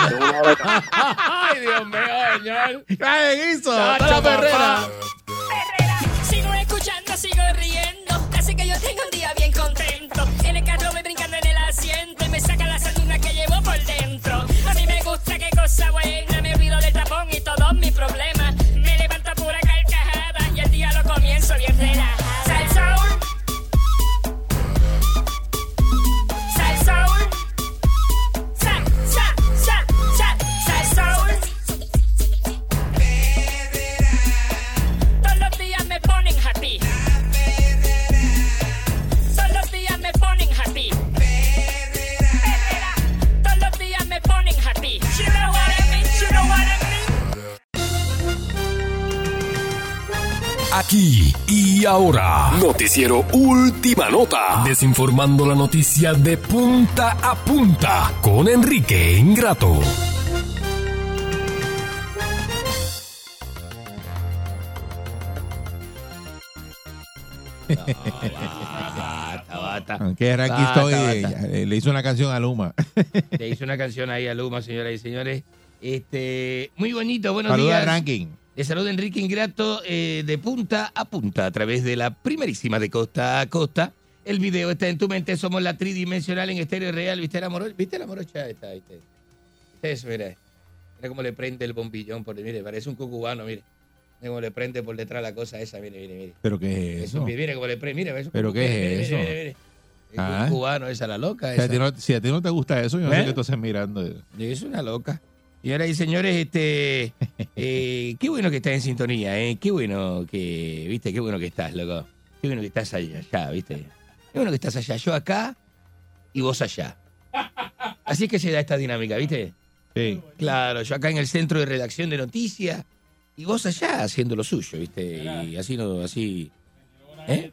Tengo una hora de casa. *laughs* Ay, Dios mío, señor. ¡Ay, hizo! Chacho, ¡Toda la papá. perrera! Sigo escuchando, sigo riendo. Así que yo tengo un día bien contento. En el carro me brincando en el asiento y me saca la sardina que llevo por dentro. A mí me gusta qué cosa buena. Me olvido del tapón y todos mis problemas. Me levanto a pura carcajada y el día lo comienzo bien relajada. Sal Soul. Sal Soul. Sal, sal, sal, sal, sal Soul. Todos los días me ponen happy. Todos los días me ponen happy. Perrera. Todos los días me ponen happy. You know what I mean, you know what I mean. Aquí y ahora, noticiero Última Nota, desinformando la noticia de punta a punta con Enrique Ingrato. Ah, Basta, basta. Aunque Ah, era aquí Basta, estoy, eh, basta. ya, eh, le hizo una canción a Luma. *laughs* Le hice una canción ahí a Luma, señoras y señores. Este, muy bonito, buenos Saluda días. a Ranking. Le saluda Enrique Ingrato eh, de punta a punta a través de la primerísima de costa a costa. El video está en tu mente, somos la tridimensional en estéreo real. ¿Viste la morocha? ¿Viste la morocha? Está, ¿viste? ¿Viste eso? Mira. Mira cómo le prende el bombillón. Por, mire, parece un cucubano, mire. Mira cómo le prende por detrás la cosa esa, mire, mire, mire. ¿Pero qué es Eso, eso? mire, mire cómo le prende, mire. eso- ¿Pero qué es mire, mire, eso? mire, mire. Es Ah. un cubano, esa, la loca Si a, esa. ti no, si a ti no te gusta eso, yo no sé ¿Eh? qué tú estás mirando. Es una loca. Señoras y señores, *laughs* este, eh, qué bueno que estás en sintonía, ¿eh? Qué bueno que, viste, qué bueno que estás, loco. Qué bueno que estás allá, allá, viste. Qué bueno que estás allá, yo acá y vos *laughs* allá. Así es que se da esta dinámica, viste. Sí. Claro, yo acá en el centro de redacción de noticias y vos allá haciendo lo suyo, viste. Y así no, así. ¿Eh?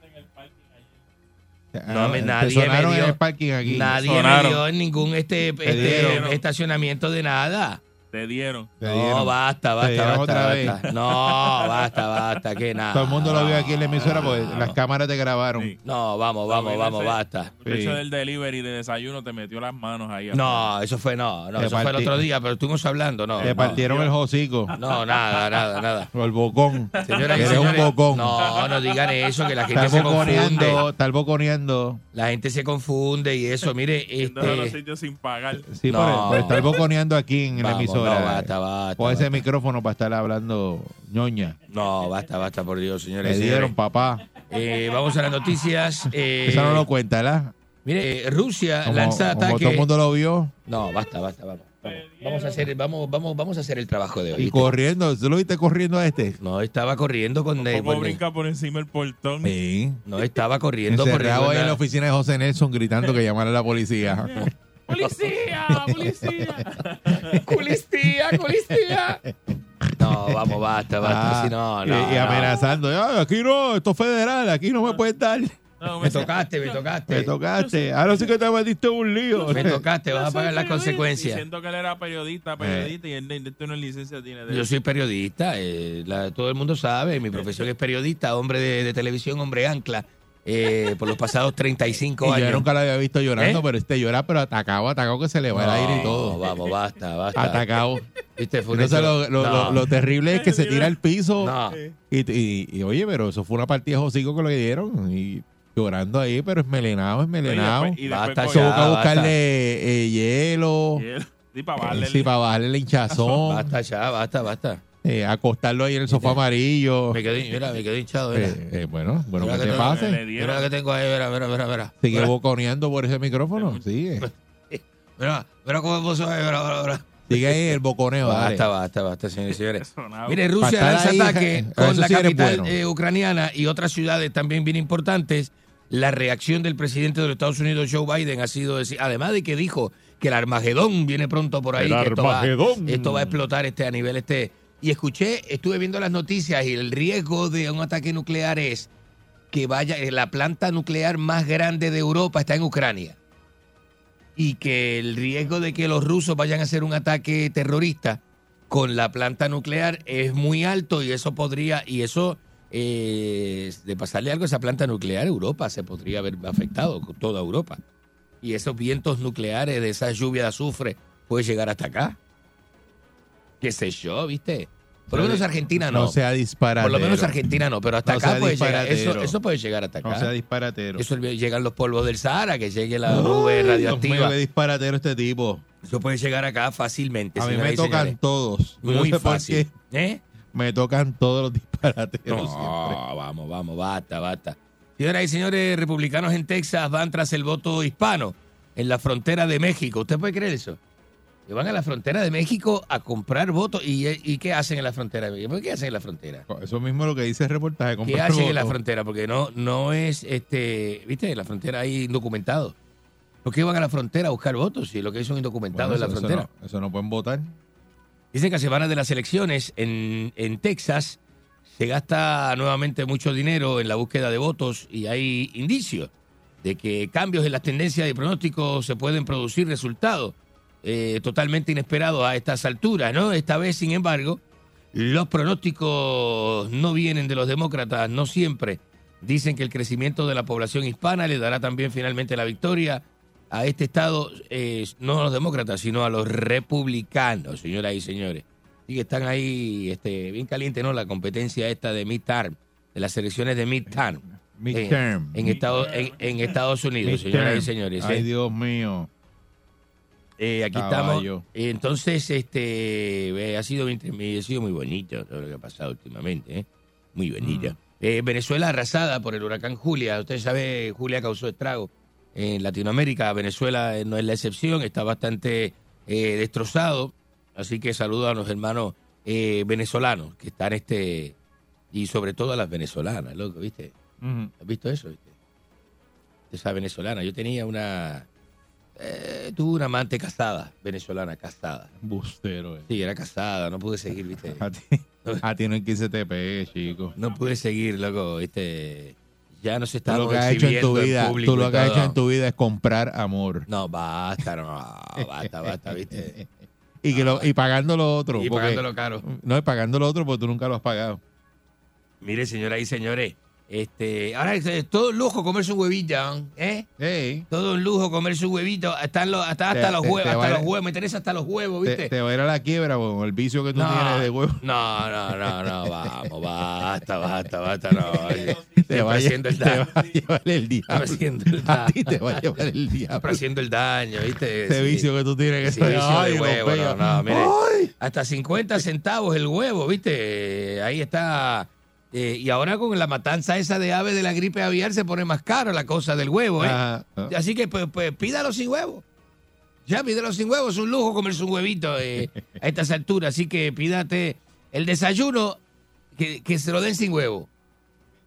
No, me- Ah, te nadie sonaron me dio, en el parking aquí. Nadie me Sonaron. dio en ningún este, Te este dieron. estacionamiento de nada. Te dieron. No, basta, Te basta, dieron basta, otra vez. basta. No, basta, basta, *laughs* que nada. Todo el mundo lo vio aquí en la emisora porque Ah. las cámaras te grabaron. No, vamos, vamos, vamos, basta. El hecho del delivery de desayuno te metió las manos ahí. No, eso fue, no, no, Te eso fue el partí- otro día, pero estuvimos hablando, no. Te no. partieron el hocico. *laughs* No, nada, nada, nada. O *laughs* el bocón. Señoras y Eres señores, un bocón. No, no digan eso, que la gente Estás se confunde. boconeando, estás boconeando. La gente se confunde y eso, *laughs* mire, Yéndose a los este... sitios sin pagar. Sí, por, el- por estar boconeando aquí en la Vamos, emisora. no, basta, basta, Con ese micrófono para estar hablando ñoña. No, basta, basta, por Dios, señores. Le y dieron, señores. papá. Eh, vamos a las noticias. eh, Eso no lo cuenta, ¿verdad? Mire, eh, Rusia Como, lanza como ataque... todo el mundo lo vio. No, basta, basta, vamos. vamos. Vamos a hacer, vamos, vamos, vamos a hacer el trabajo de hoy. Y corriendo. ¿Tú lo viste corriendo a este? No, estaba corriendo con eh, Como por- brinca por encima el portón. Sí. No estaba corriendo por Encerrado ahí en la- la oficina de José Nelson gritando que llamara a *laughs* la policía. ¡Policía! ¡Policía! ¡Culistía! ¡Culistía! No, vamos, basta, basta. Ah, si no, y- no, y no. amenazando. "Ah, aquí no, esto es federal, aquí no *laughs* me pueden dar. Me tocaste, me tocaste. Me tocaste. Ahora sí que te metiste en un lío. Me tocaste, vas a pagar las consecuencias. Diciendo que él era periodista, Eh. periodista, y él, ni- tú no licencia tiene. de- Yo soy periodista, eh, la- todo el mundo sabe, mi profesión es periodista, hombre de, de televisión, hombre ancla, eh, por los pasados 35 Y años. yo nunca lo había visto llorando, ¿Eh? pero este llora, pero atacado, atacado que se le va el aire y todo. No, vamos, basta, basta. Atacado. Viste, fue un Entonces hecho- lo, lo- No. lo- lo terrible es que *laughs* se tira al piso. No. Y, y- y, oye, pero eso fue una partida de hocico que le dieron. Y llorando ahí, pero es melenado, es melenado. después- y después Basta, con- Tuvo que ya, buscarle basta. eh, hielo. Sí, para eh, bajarle Sí, para bajarle el hinchazón. Basta ya, basta, basta. eh, acostarlo ahí en el sofá amarillo. Me quedé, mira, me quedé hinchado. Mira. Eh, eh, bueno, bueno, Mira que que te tengo- pase. Mira lo que tengo ahí, mira, mira, mira, mira. Sigue boconeando por ese micrófono. Sigue. Mira, mira cómo me puso ahí, mira, mira, mira. Sigue ahí el boconeo. Basta, dale. basta, basta, señores y señores. sonaba. Mire, Rusia Para lanza estar ahí, ataque ja- con eso la sí eres capital bueno. eh, ucraniana y otras ciudades también bien importantes. La reacción del presidente de los Estados Unidos, Joe Biden, ha sido decir, además de que dijo que el Armagedón viene pronto por ahí, El que esto va, Armagedón. esto va a explotar este a nivel este. Y escuché, estuve viendo las noticias y el riesgo de un ataque nuclear es que vaya, eh, la planta nuclear más grande de Europa está en Ucrania y que el riesgo de que los rusos vayan a hacer un ataque terrorista con la planta nuclear es muy alto y eso podría, y eso eh, de pasarle algo a esa planta nuclear, Europa se podría haber afectado, toda Europa. Y esos vientos nucleares de esa lluvia de azufre puede llegar hasta acá. Qué sé yo, ¿viste? Por lo menos Argentina no. No sea disparatero. Por lo menos Argentina no, pero hasta No acá sea puede llegar. Eso, disparatero. eso puede llegar hasta acá. No sea disparatero. Eso llegan los polvos del Sahara, que llegue la nube Ay, Dios mío, radioactiva. qué disparatero este tipo. Eso puede llegar acá fácilmente. A mí señoras me y tocan señores. todos. Yo Muy no sé por fácil. ¿Eh? Me tocan todos los disparateros. No, siempre. vamos, vamos, basta, basta. Señoras y señores, republicanos en Texas van tras el voto hispano en la frontera de México. ¿Usted puede creer eso? Que van a la frontera de México a comprar votos. ¿Y, y qué hacen en la frontera de México? ¿Qué hacen en la frontera? Eso mismo es lo que dice el reportaje. ¿Qué comprar hacen en la votos. frontera? Porque no, no es, este, viste, en la frontera hay indocumentados. ¿Por qué van a la frontera a buscar votos si lo que hay son indocumentados Bueno, en la eso- eso frontera? no- eso no pueden votar. Dice que a semanas de las elecciones en, en Texas se gasta nuevamente mucho dinero en la búsqueda de votos y hay indicios de que cambios en las tendencias y pronósticos se pueden producir resultados eh, totalmente inesperados a estas alturas, ¿no? Esta vez, sin embargo, los pronósticos no vienen de los demócratas, no siempre. Dicen que el crecimiento de la población hispana le dará también finalmente la victoria a este estado, eh, no a los demócratas, sino a los republicanos, señoras y señores. Y que están ahí este, bien caliente, ¿no? La competencia esta de midterm, de las elecciones de midterm. Eh, Midterm. En, en, Estados, en, en Estados Unidos, señoras y señores. Ay, ¿eh? Dios mío. Eh, aquí Caballo. estamos. Eh, Entonces, este eh, ha sido bien trem- ha sido muy bonito todo lo que ha pasado últimamente, ¿eh? Muy bonito. Eh, Venezuela arrasada por el huracán Julia. Usted sabe, Julia causó estrago en Latinoamérica. Venezuela eh, no es la excepción, está bastante eh, destrozado. Así que saludo a los hermanos eh, venezolanos que están este y sobre todo a las venezolanas, loco, ¿viste? ¿Has visto eso? viste? Esa venezolana. Yo tenía una. eh, tuve una amante casada, venezolana, casada. Bustero. eh. Sí, era casada, no pude seguir, ¿viste? *laughs* A ti, a ti no es que se te pegue, chico. No pude seguir, loco, ¿viste? Ya nos Tú lo estábamos que has hecho en tu exhibiendo en vida, público tú y lo que has todo. hecho en tu vida es comprar amor. No, basta, no, basta, basta, ¿viste? *laughs* Y, que lo, y pagando lo otro. Y porque- pagándolo caro. No, y pagando lo otro porque tú nunca lo has pagado. Mire, señoras y señores, este, ahora es, es todo un lujo comerse un huevito, ¿eh? Todo un lujo comerse un huevito, hasta, los- hasta, hasta Te- los te- huevos, te hasta va a- los huevos, me interesa hasta los huevos, ¿viste? Te, te va a ir a la quiebra con el vicio que tú tienes de huevo. No, no, no, *laughs* no, vamos, basta, basta, basta, no. Te va, a, lle- haciendo el te daño. va a llevar *laughs* el diablo. haciendo el *laughs* A daño. ti te va a llevar el diablo. Siempre haciendo el daño, ¿viste? Ese vicio que tú tienes que Ese ser. vicio de Ay, Dios huevo, mío. no, no, mire. Ay. Hasta 50 centavos el huevo, ¿viste? Ahí está. Eh, y ahora con la matanza esa de aves de la gripe aviar se pone más caro la cosa del huevo, ¿eh? Ajá. Ah. Así que pues, pues, pídalo sin huevo. Ya pídalo sin huevo, es un lujo comerse un huevito eh, a estas alturas. Así que pídate el desayuno que, que se lo den sin huevo.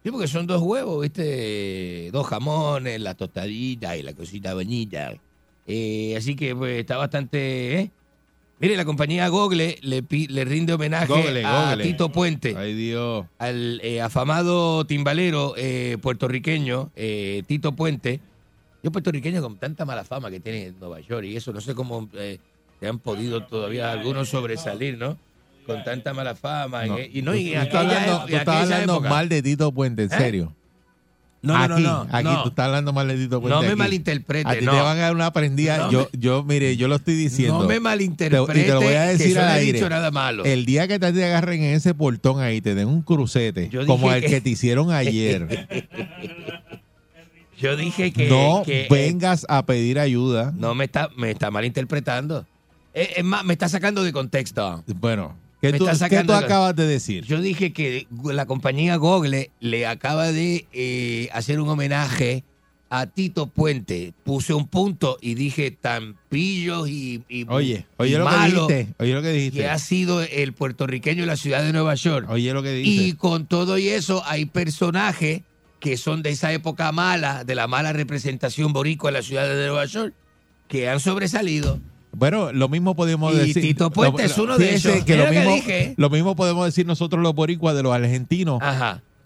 Sí, porque son dos huevos, ¿viste? Dos jamones, la tostadita y la cosita bonita. Eh, así que pues, está bastante, ¿eh? Mire, la compañía Google le, pi- le rinde homenaje Google, a Google. Tito Puente. Al eh, afamado timbalero eh, puertorriqueño, eh, Tito Puente. Yo puertorriqueño con tanta mala fama que tiene en Nueva York y eso, no sé cómo eh, se han podido todavía algunos sobresalir, ¿no? Con tanta mala fama. No. Y, y no, y en Tú estás aquella hablando, e- tú en estás aquella hablando época. ¿Eh? mal de Tito Puente, en serio. No, no, no, aquí, no, Aquí no. tú estás hablando mal de Tito Puente. No me aquí. malinterprete, A ti no. te van a dar una prendida. No yo, yo, mire, yo lo estoy diciendo. No me Te- malinterprete, Y te lo voy a que decir yo no al he aire. dicho nada malo. El día que te te agarren en ese portón ahí, te den un crucete, Yo como dije el que- que te *laughs* hicieron ayer, Yo dije que. no que- eh, vengas a pedir ayuda. No me está, me está malinterpretando. Eh, Es más, me está sacando de contexto. Bueno, ¿qué Me tú, está qué sacando tú de- acabas de decir? Yo dije que la compañía Google le acaba de eh, hacer un homenaje a Tito Puente. Puse un punto y dije tampillos y, y y Oye, oye lo que malo dijiste. Oye lo que dijiste. que ha sido el puertorriqueño en la ciudad de Nueva York. Oye lo que dijiste. Y con todo y eso hay personajes que son de esa época mala, de la mala representación boricua en la ciudad de Nueva York, que han sobresalido. Bueno, lo mismo podemos Y decir. Tito Puente es uno de fíjese ellos. que Mira lo, lo que mismo, dije. lo mismo podemos decir nosotros los boricuas de los argentinos.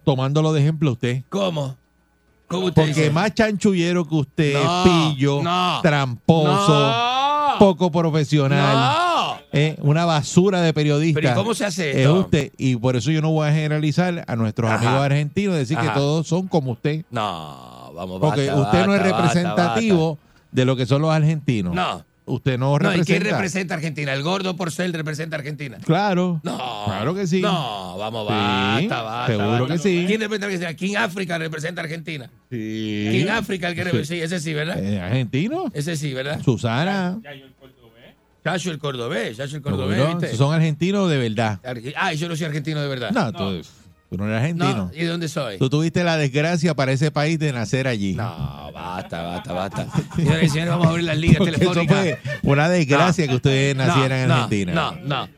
Tomándolo de ejemplo a usted. ¿Cómo? ¿Cómo usted Porque dice? más chanchullero que usted, No, pillo, no, tramposo, no. poco profesional, eh, una basura de periodista. Pero, ¿y cómo se hace Es esto? usted. Y por eso yo no voy a generalizar a nuestros Ajá. amigos argentinos, decir Ajá. que todos son como usted. No, vamos, Porque basta, usted no es basta, basta, representativo de lo que son los argentinos. No. Usted no No, ¿y representa. quién representa a Argentina? El gordo por ser representa a Argentina. Claro. No. Claro que sí. No, vamos, Sí, basta, basta. Seguro basta. que sí. ¿Quién representa a Argentina? ¿Quién África representa a Argentina? Sí. ¿Quién África el que representa? Sí, ese sí, ¿verdad? Eh, argentino. Ese sí, ¿verdad? Susana. Chacho el cordobés, Chacho el Seguro. cordobés, ¿viste? Son argentinos de verdad. Arge- Ah, yo no soy argentino de verdad. No, Tú, tú no eres argentino. No, ¿Y de dónde soy? Tú tuviste la desgracia para ese país de nacer allí. No, basta, basta, basta. Señores y señores, vamos a abrir las *laughs* líneas Porque *laughs* eso telefónicas. fue una desgracia que ustedes No, nacieran en no, Argentina. No, no, no.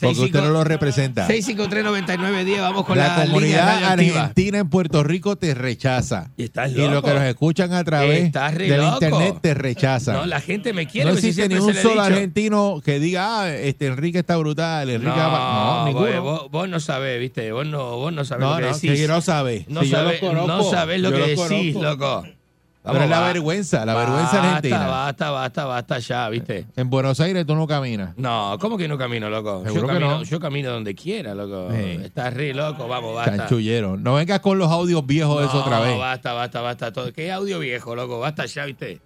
Porque usted no lo representa. 653-9910, vamos con la la, comunidad línea radioactiva. argentina en Puerto Rico te rechaza. Y, estás los loco. que nos escuchan a través Estás re del loco. internet te rechazan. No, la gente me quiere. no pero si existe siempre ni se un le he solo dicho. argentino que diga, ah, este Enrique está brutal, Enrique No, va pa-". No, ninguno. pues, vos, vos no sabés, viste. Vos no, vos no sabés No, lo que no, decís. que no sabés. No, Si yo sabés- los conozco, no sabés lo yo que los decís, conozco. loco. Pero es la va- vergüenza, la vergüenza basta, argentina. Basta, basta, basta ya, viste. En Buenos Aires tú no caminas. No, ¿cómo que no camino, loco? Seguro yo, que camino no. yo camino donde quiera, loco. Sí. Estás re loco, vamos, basta. Chanchullero. No vengas con los audios viejos de eso No, otra vez. Basta, basta, basta. Todo. ¿Qué audio viejo, loco? Basta ya, ¿viste?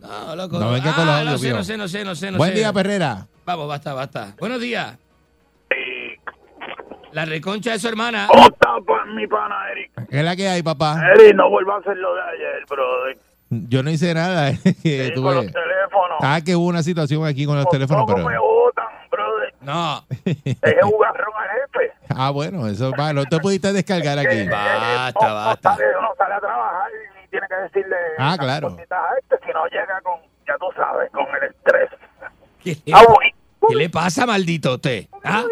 No, loco. No venga ah, con los no audios sé, no viejos. sé, no sé, no sé. no Buen sé. día, Perrera. Vamos, basta, basta. Buenos días. La reconcha de su hermana. mi pana Eric. ¿Qué es la que hay, papá? Eric, no vuelva a hacer lo de ayer, brother. Yo no hice nada. que tuve- con los teléfonos. Ah, que hubo una situación aquí con los teléfonos, pero... Me botan, brother. No. Dejé jugar ron al jefe. Ah, bueno, eso va, no te pudiste descargar aquí. Basta, basta. No sale a trabajar y tiene que decirle Ah, claro. a este si no llega con, ya tú sabes, con el estrés. ¿Qué, Ah, bueno. ¿Qué le pasa, maldito usted? *laughs* ¿Ah?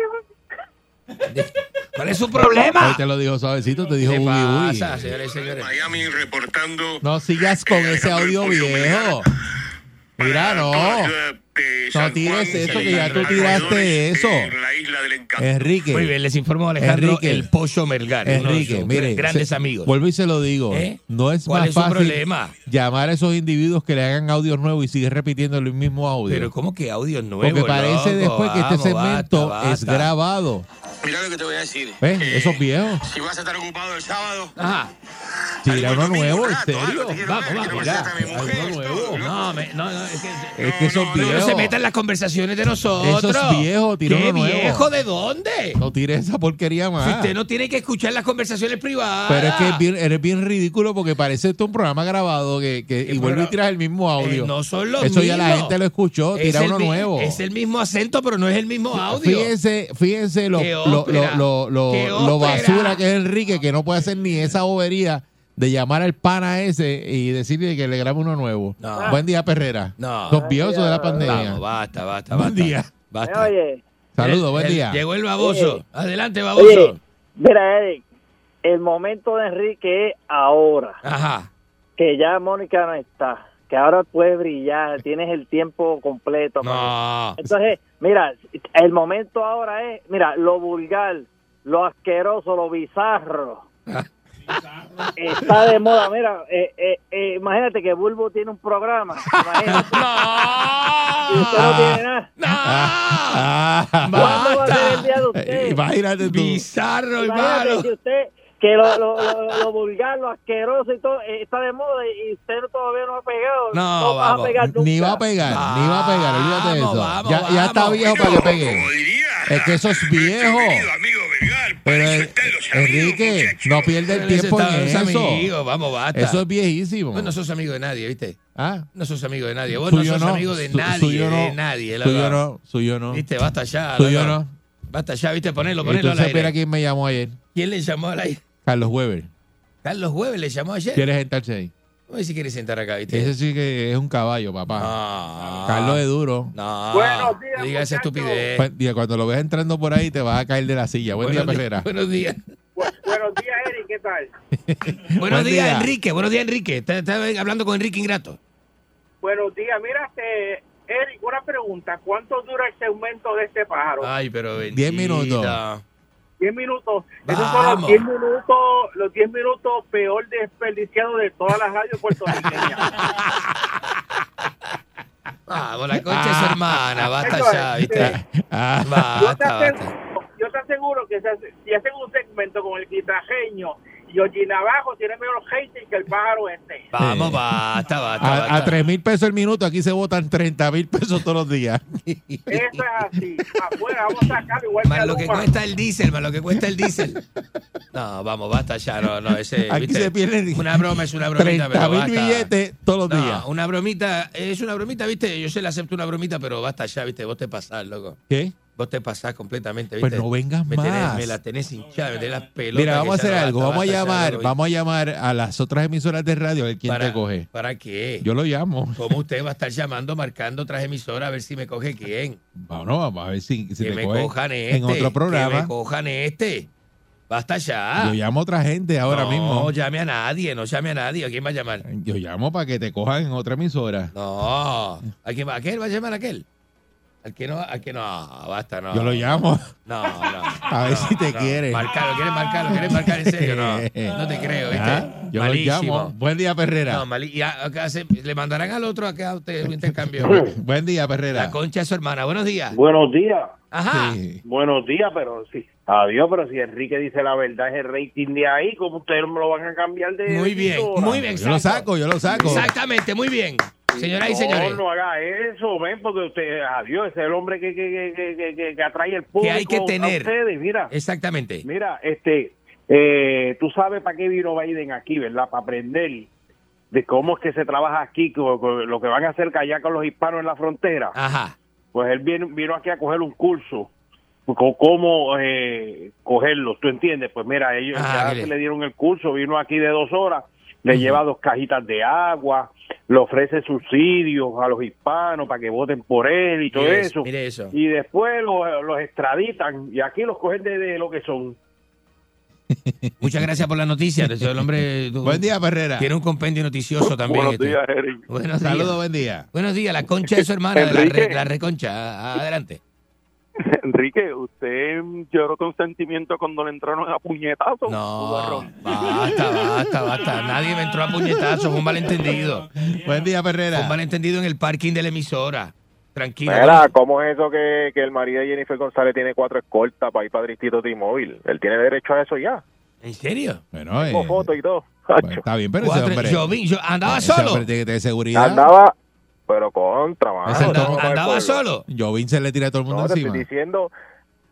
¿Cuál es su problema? Hoy te lo dijo suavecito, te dijo ¿Qué uy, uy. pasa, señores y señores? No sigas con ese audio viejo. Mira, no. No tires eso, que ya tú tiraste eso. Enrique. Muy bien, les informo a Alejandro Enrique. el Pollo Melgar. uno de Enrique, sus mire. Grandes se- amigos. Vuelvo y se lo digo. ¿Eh? No es ¿Cuál más es su fácil problema? llamar a esos individuos que le hagan audios nuevos y sigue repitiendo el mismo audio. Pero ¿cómo que audio nuevo? Porque parece loco? después que este Vamos, segmento basta, es basta. grabado. Mira lo que te voy a decir. ¿Ves? Eh, Esos viejos. Si vas a estar ocupado el sábado, Ajá. Tira uno nuevo, en Vamos, serio. vamos, mira. No, me- no, no, es que, Es que esos pero no viejos. se metan en las conversaciones de nosotros. Esos viejos, tira ¿Qué uno nuevo. Ah. viejo de dónde? No tires esa porquería Si más. usted no tiene que escuchar las conversaciones privadas. Pero es que es bien- eres bien ridículo porque parece esto un programa grabado que, que- y vuelve y tiras el mismo audio. Eh, no son los Eso ya la mismos. gente lo escuchó, Es tira el uno mi- nuevo. Es el mismo acento, pero no es el mismo audio. Fíjense, fíjense lo, ¡Qué lo, ópera! lo, lo, lo- ¡Qué lo ópera! basura que es Enrique, que no puede hacer ni esa bobería de llamar al pana ese y decirle que le grabe uno nuevo. No. Buen día, Perrera. No. Los viejos de la Vamos, pandemia. basta, basta, Buen basta. día. Basta. Oye, Saludos, buen El- día. Eh, Llegó el baboso. Sí. Adelante, oye, baboso. mira, Eric, el momento de Enrique es ahora, Ajá. que ya Mónica no está. que ahora puedes brillar, tienes el tiempo completo. No. Entonces, mira, el momento ahora es, mira, lo vulgar, lo asqueroso, lo bizarro. Está de moda, mira, eh, eh, eh, imagínate que Bulbo tiene un programa. Imagínate. *laughs* Y usted no tiene nada. Ah. ¿Cuándo va a ser el día de usted? Eh, Imagínate tú. Bizarro, Imagínate hermano. que usted, que lo, lo, lo- lo vulgar, lo asqueroso y todo, eh, está de moda y usted todavía no ha pegado. No, vas a vamos. pegar nunca. Ni va a pegar, ni va a pegar, olvídate de eso. vamos, ya, ya está vamos. viejo para que pegue. Es que eso es viejo. Pero eh, Enrique, no pierde el Ese tiempo en está- eso. es amigo, vamos, basta. Eso es viejísimo. Vos no sos amigo de nadie, ¿viste? Ah. No sos amigo de nadie. Vos no Suyo sos no, amigo de su- nadie, suyo de no, nadie. Suyo Lalo. no, suyo no. Viste, basta ya. Suyo Lalo. no. Basta ya, viste, ponelo, ponelo al Entonces, aire. espera quién me llamó ayer. ¿Quién le llamó al aire? Carlos Weber. Carlos Hueves le llamó ayer. ¿Quieres sentarse ahí? Uy, si quieres sentar acá, ¿viste? Ese sí que es un caballo, papá. Carlos de duro. Ah. No. Buenos días, Diga esa estupidez. Buen día, Cuando lo veas entrando por ahí, te vas a caer de la silla. Buen día, Perrera. Buenos días. Buenos días, Eric, ¿qué tal? Buenos Buen días, día. Enrique. Buenos días, Enrique. Estás estás hablando con Enrique Ingrato. Buenos días, mira, este, Eric, una pregunta, ¿cuánto dura el segmento de este pájaro? Ay, pero Diez minutos. 10 minutos. Esos son los 10 minutos, los 10 minutos peor desperdiciados de todas las radios puertorriqueñas. Vamos, Ah, la concha Ah. es su *laughs* hermana. Basta ya, ¿viste? eh, Yo te, *laughs* Basta, basta. aseguro, yo te aseguro que se hace- si hacen un segmento con el guitarreño y Oji Navajo tiene menos hating que el pájaro este. Vamos, basta, basta. A, a basta. 3 mil pesos el minuto, aquí se votan 30 mil pesos todos los *laughs* días. Eso es así. Afuera, vamos a sacarlo igual Más que lo que Maluma. cuesta el diésel, más lo que cuesta el *laughs* diésel. No, vamos, basta ya. No, no, ese. *laughs* Aquí ¿viste? se pierden Una broma es una bromita, 30 pero mil basta. billetes todos los No, días. una bromita, es una bromita, viste. Yo sé, le acepto una bromita, pero basta ya, viste. Vos te pasás, loco. ¿Qué? Vos te pasás completamente, viste. Pues no vengas me tenés- más. me la tenés hinchada, me tenés las pelotas. Mira, vamos a que ya hacer no algo. basta, Vamos a basta ya, llamar, loco. vamos a llamar a las otras emisoras de radio a ver quién te coge. ¿Para qué? Yo lo llamo. ¿Cómo usted va a estar llamando, marcando otras emisoras a ver si me coge quién? Bueno, vamos a ver si, si que te me coge cojan este. en otro Que programa. me cojan este. Basta ya. Yo llamo a otra gente ahora no, mismo. No llame a nadie, no llame a nadie. ¿A quién va a llamar? Yo llamo para que te cojan en otra emisora. No. ¿A quién va? ¿A aquel va a llamar a aquel? ¿Al que no? ¿Al que no? Basta, no. Yo lo llamo. No, no. *laughs* A ver si te quiere. Marcalo, ¿quieres marcarlo? ¿Quieres marcar en serio? No, no te creo, ¿viste? Ah, Yo Malísimo. lo llamo. Buen día, Perrera. No, malí- y a- acá se- le mandarán al otro acá a usted un intercambio. *laughs* Buen día, Perrera. La concha de su hermana. Buenos días. Buenos días. Ajá. *laughs* Buenos días, pero sí. Adiós, pero si Enrique dice la verdad, es el rating de ahí, ¿cómo ustedes me lo van a cambiar de Muy bien, emisora? muy bien. Yo lo exacto. saco, yo lo saco. Exactamente, muy bien. Señoras y No, señores. No, haga eso, ven, porque usted, adiós, ese es el hombre que, que, que, que, que, que atrae el público. Que hay que a tener. ustedes, mira. Exactamente. Mira, este, eh, tú sabes para qué vino Biden aquí, ¿verdad? Para aprender de cómo es que se trabaja aquí, co- co- lo que van a hacer allá con los hispanos en la frontera. Ajá. Pues él vino, vino aquí a coger un curso, co- cómo eh, cogerlos, ¿tú entiendes? Pues mira, ellos Ah, ya mire. que le dieron el curso, vino aquí de dos horas, le lleva dos cajitas de agua, le ofrece subsidios a los hispanos para que voten por él y todo Mire eso. Mire eso. Y después los, los extraditan y aquí los cogen de, de lo que son. Muchas gracias por la noticia. Eso, El hombre tú- *laughs* Buen día, Perrera. tiene un compendio noticioso también. Buenos este. días, Eric. Buenos días. Saludos, buen día. Buenos días, la concha de su hermana, de la, re- Enrique. la reconcha. Ah, A- Adelante. Enrique, usted lloró con sentimiento cuando le entraron a puñetazos. No, basta, basta, basta. Nadie me entró a puñetazos, fue un malentendido. Buen día, Fue un Perrera. malentendido en el parking de la emisora. Tranquilo. Mira, ¿cómo es eso que, que el marido de Jennifer González tiene cuatro escoltas para ir para Distrito de Inmóvil? Él tiene derecho a eso ya. ¿En serio? Bueno, eh, Con fotos y todo. bueno, Pues está bien, pero ese Cuatro- hombre. yo vi, yo andaba ese solo. hombre tiene que tener seguridad. Andaba, pero contra, mano. Ese Andaba- tono- Andaba pueblo. solo. Jovín se le tira a todo el mundo No, te encima. estoy diciendo,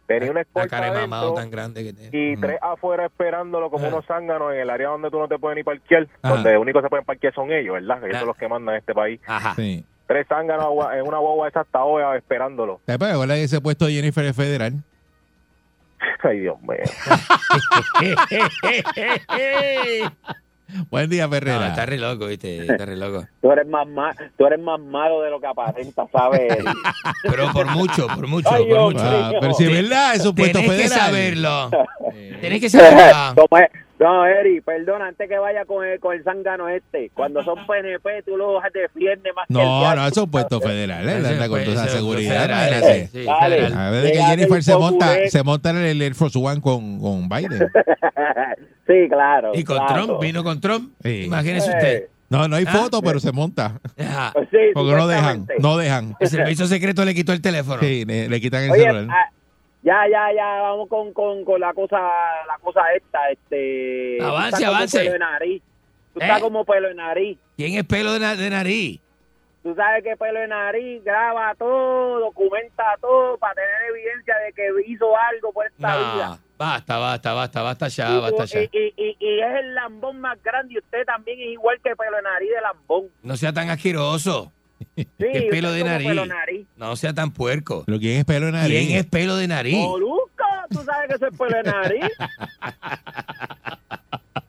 tenía una La escolta cara de mamado adentro tan grande que tiene. y tres afuera esperándolo como Ah. unos zánganos en el área donde tú no te puedes ni parquear, Ajá. donde los únicos que se pueden parquear son ellos, ¿verdad? Ellos Ah. son los que mandan en este país. Ajá. Sí. Tres zánganos agua- en una guagua de esas hasta ahora esperándolo. *laughs* ¿Te acuerdas de ese puesto de Jennifer Federal? Ay, *laughs* Dios mío. Buen día, No, Perrera. está re loco, viste. Está re loco. Tú eres más, ma- tú eres más malo de lo que aparenta, *laughs* ¿sabes? Eric? Pero por mucho, por mucho, Ay, por Dios mucho. Ah, pero si es verdad, es un puesto Tenés que federal. *laughs* saberlo. Tenés que *laughs* Eh, saberlo. ¿Cómo es, No, Eri, perdona, antes que vaya con el, con el zángano este. Cuando *laughs* son PNP, tú los defiendes más que el No, diablo. no, eso es puesto federal, ¿eh? Anda con toda esa seguridad. federal, no merece. sí, dale. A ver, de que Llegate Jennifer el se monta, populé. se monta en el Air Force One con, con *laughs* Biden. *laughs* sí, claro. Y con claro. Trump, vino con Trump. Sí. Eh. Imagínese usted. No, no hay Ah. foto, pero se monta. Ajá. Porque no dejan, no dejan. El servicio secreto le quitó el teléfono. Sí, le, le quitan el Oye, celular. ah, ya, ya, ya, vamos con, con, con la cosa, la cosa esta, este... tú Avance, estás como avance. ¿Eh? pelo de nariz. Tú estás como pelo de nariz. ¿Quién es pelo de, na- de nariz? Tú sabes que pelo de nariz graba todo, documenta todo para tener evidencia de que hizo algo por esta vida. Nah, basta, basta, basta, basta ya, Y- basta ya. y, y, y- y es el lambón más grande y usted también es igual que pelo de nariz de lambón. No sea tan asqueroso. Sí, ¿Qué pelo usted de es como nariz? pelo de nariz. No sea tan puerco. ¿Pero quién es pelo de nariz? ¿Quién es pelo de nariz? Molusco, tú sabes que eso es pelo de nariz.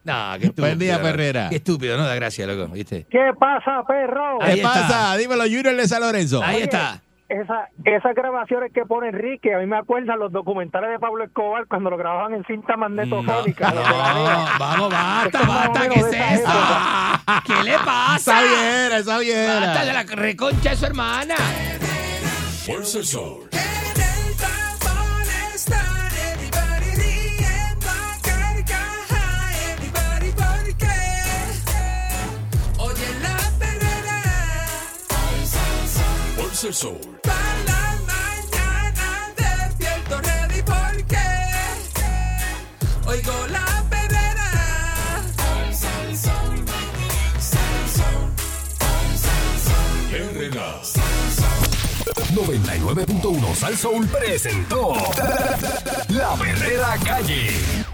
Nah, qué estúpido. Buen día, ¿no? Perrera. Qué estúpido, no da gracia, loco, ¿viste? ¿Qué pasa, perro? ¿Qué pasa? Dímelo, Junior de San Lorenzo. Oye, Esa, esas grabaciones que pone Enrique, a mí me acuerdan los documentales de Pablo Escobar cuando lo grababan en cinta magnetofónica. los de la DEA. Mm, *laughs* vamos, basta, más o basta, menos ¿qué de esa es eso? *laughs* ¿Qué le pasa? Sabiera, sabiera. Basta de la reconcha de su hermana. Fuerza el sol. Fuerza el sol. Oigo la perrera. Sal, sol, sal, sol, sal, sol. Herrera. 99.1 Sal Soul presentó La Verdadera Calle.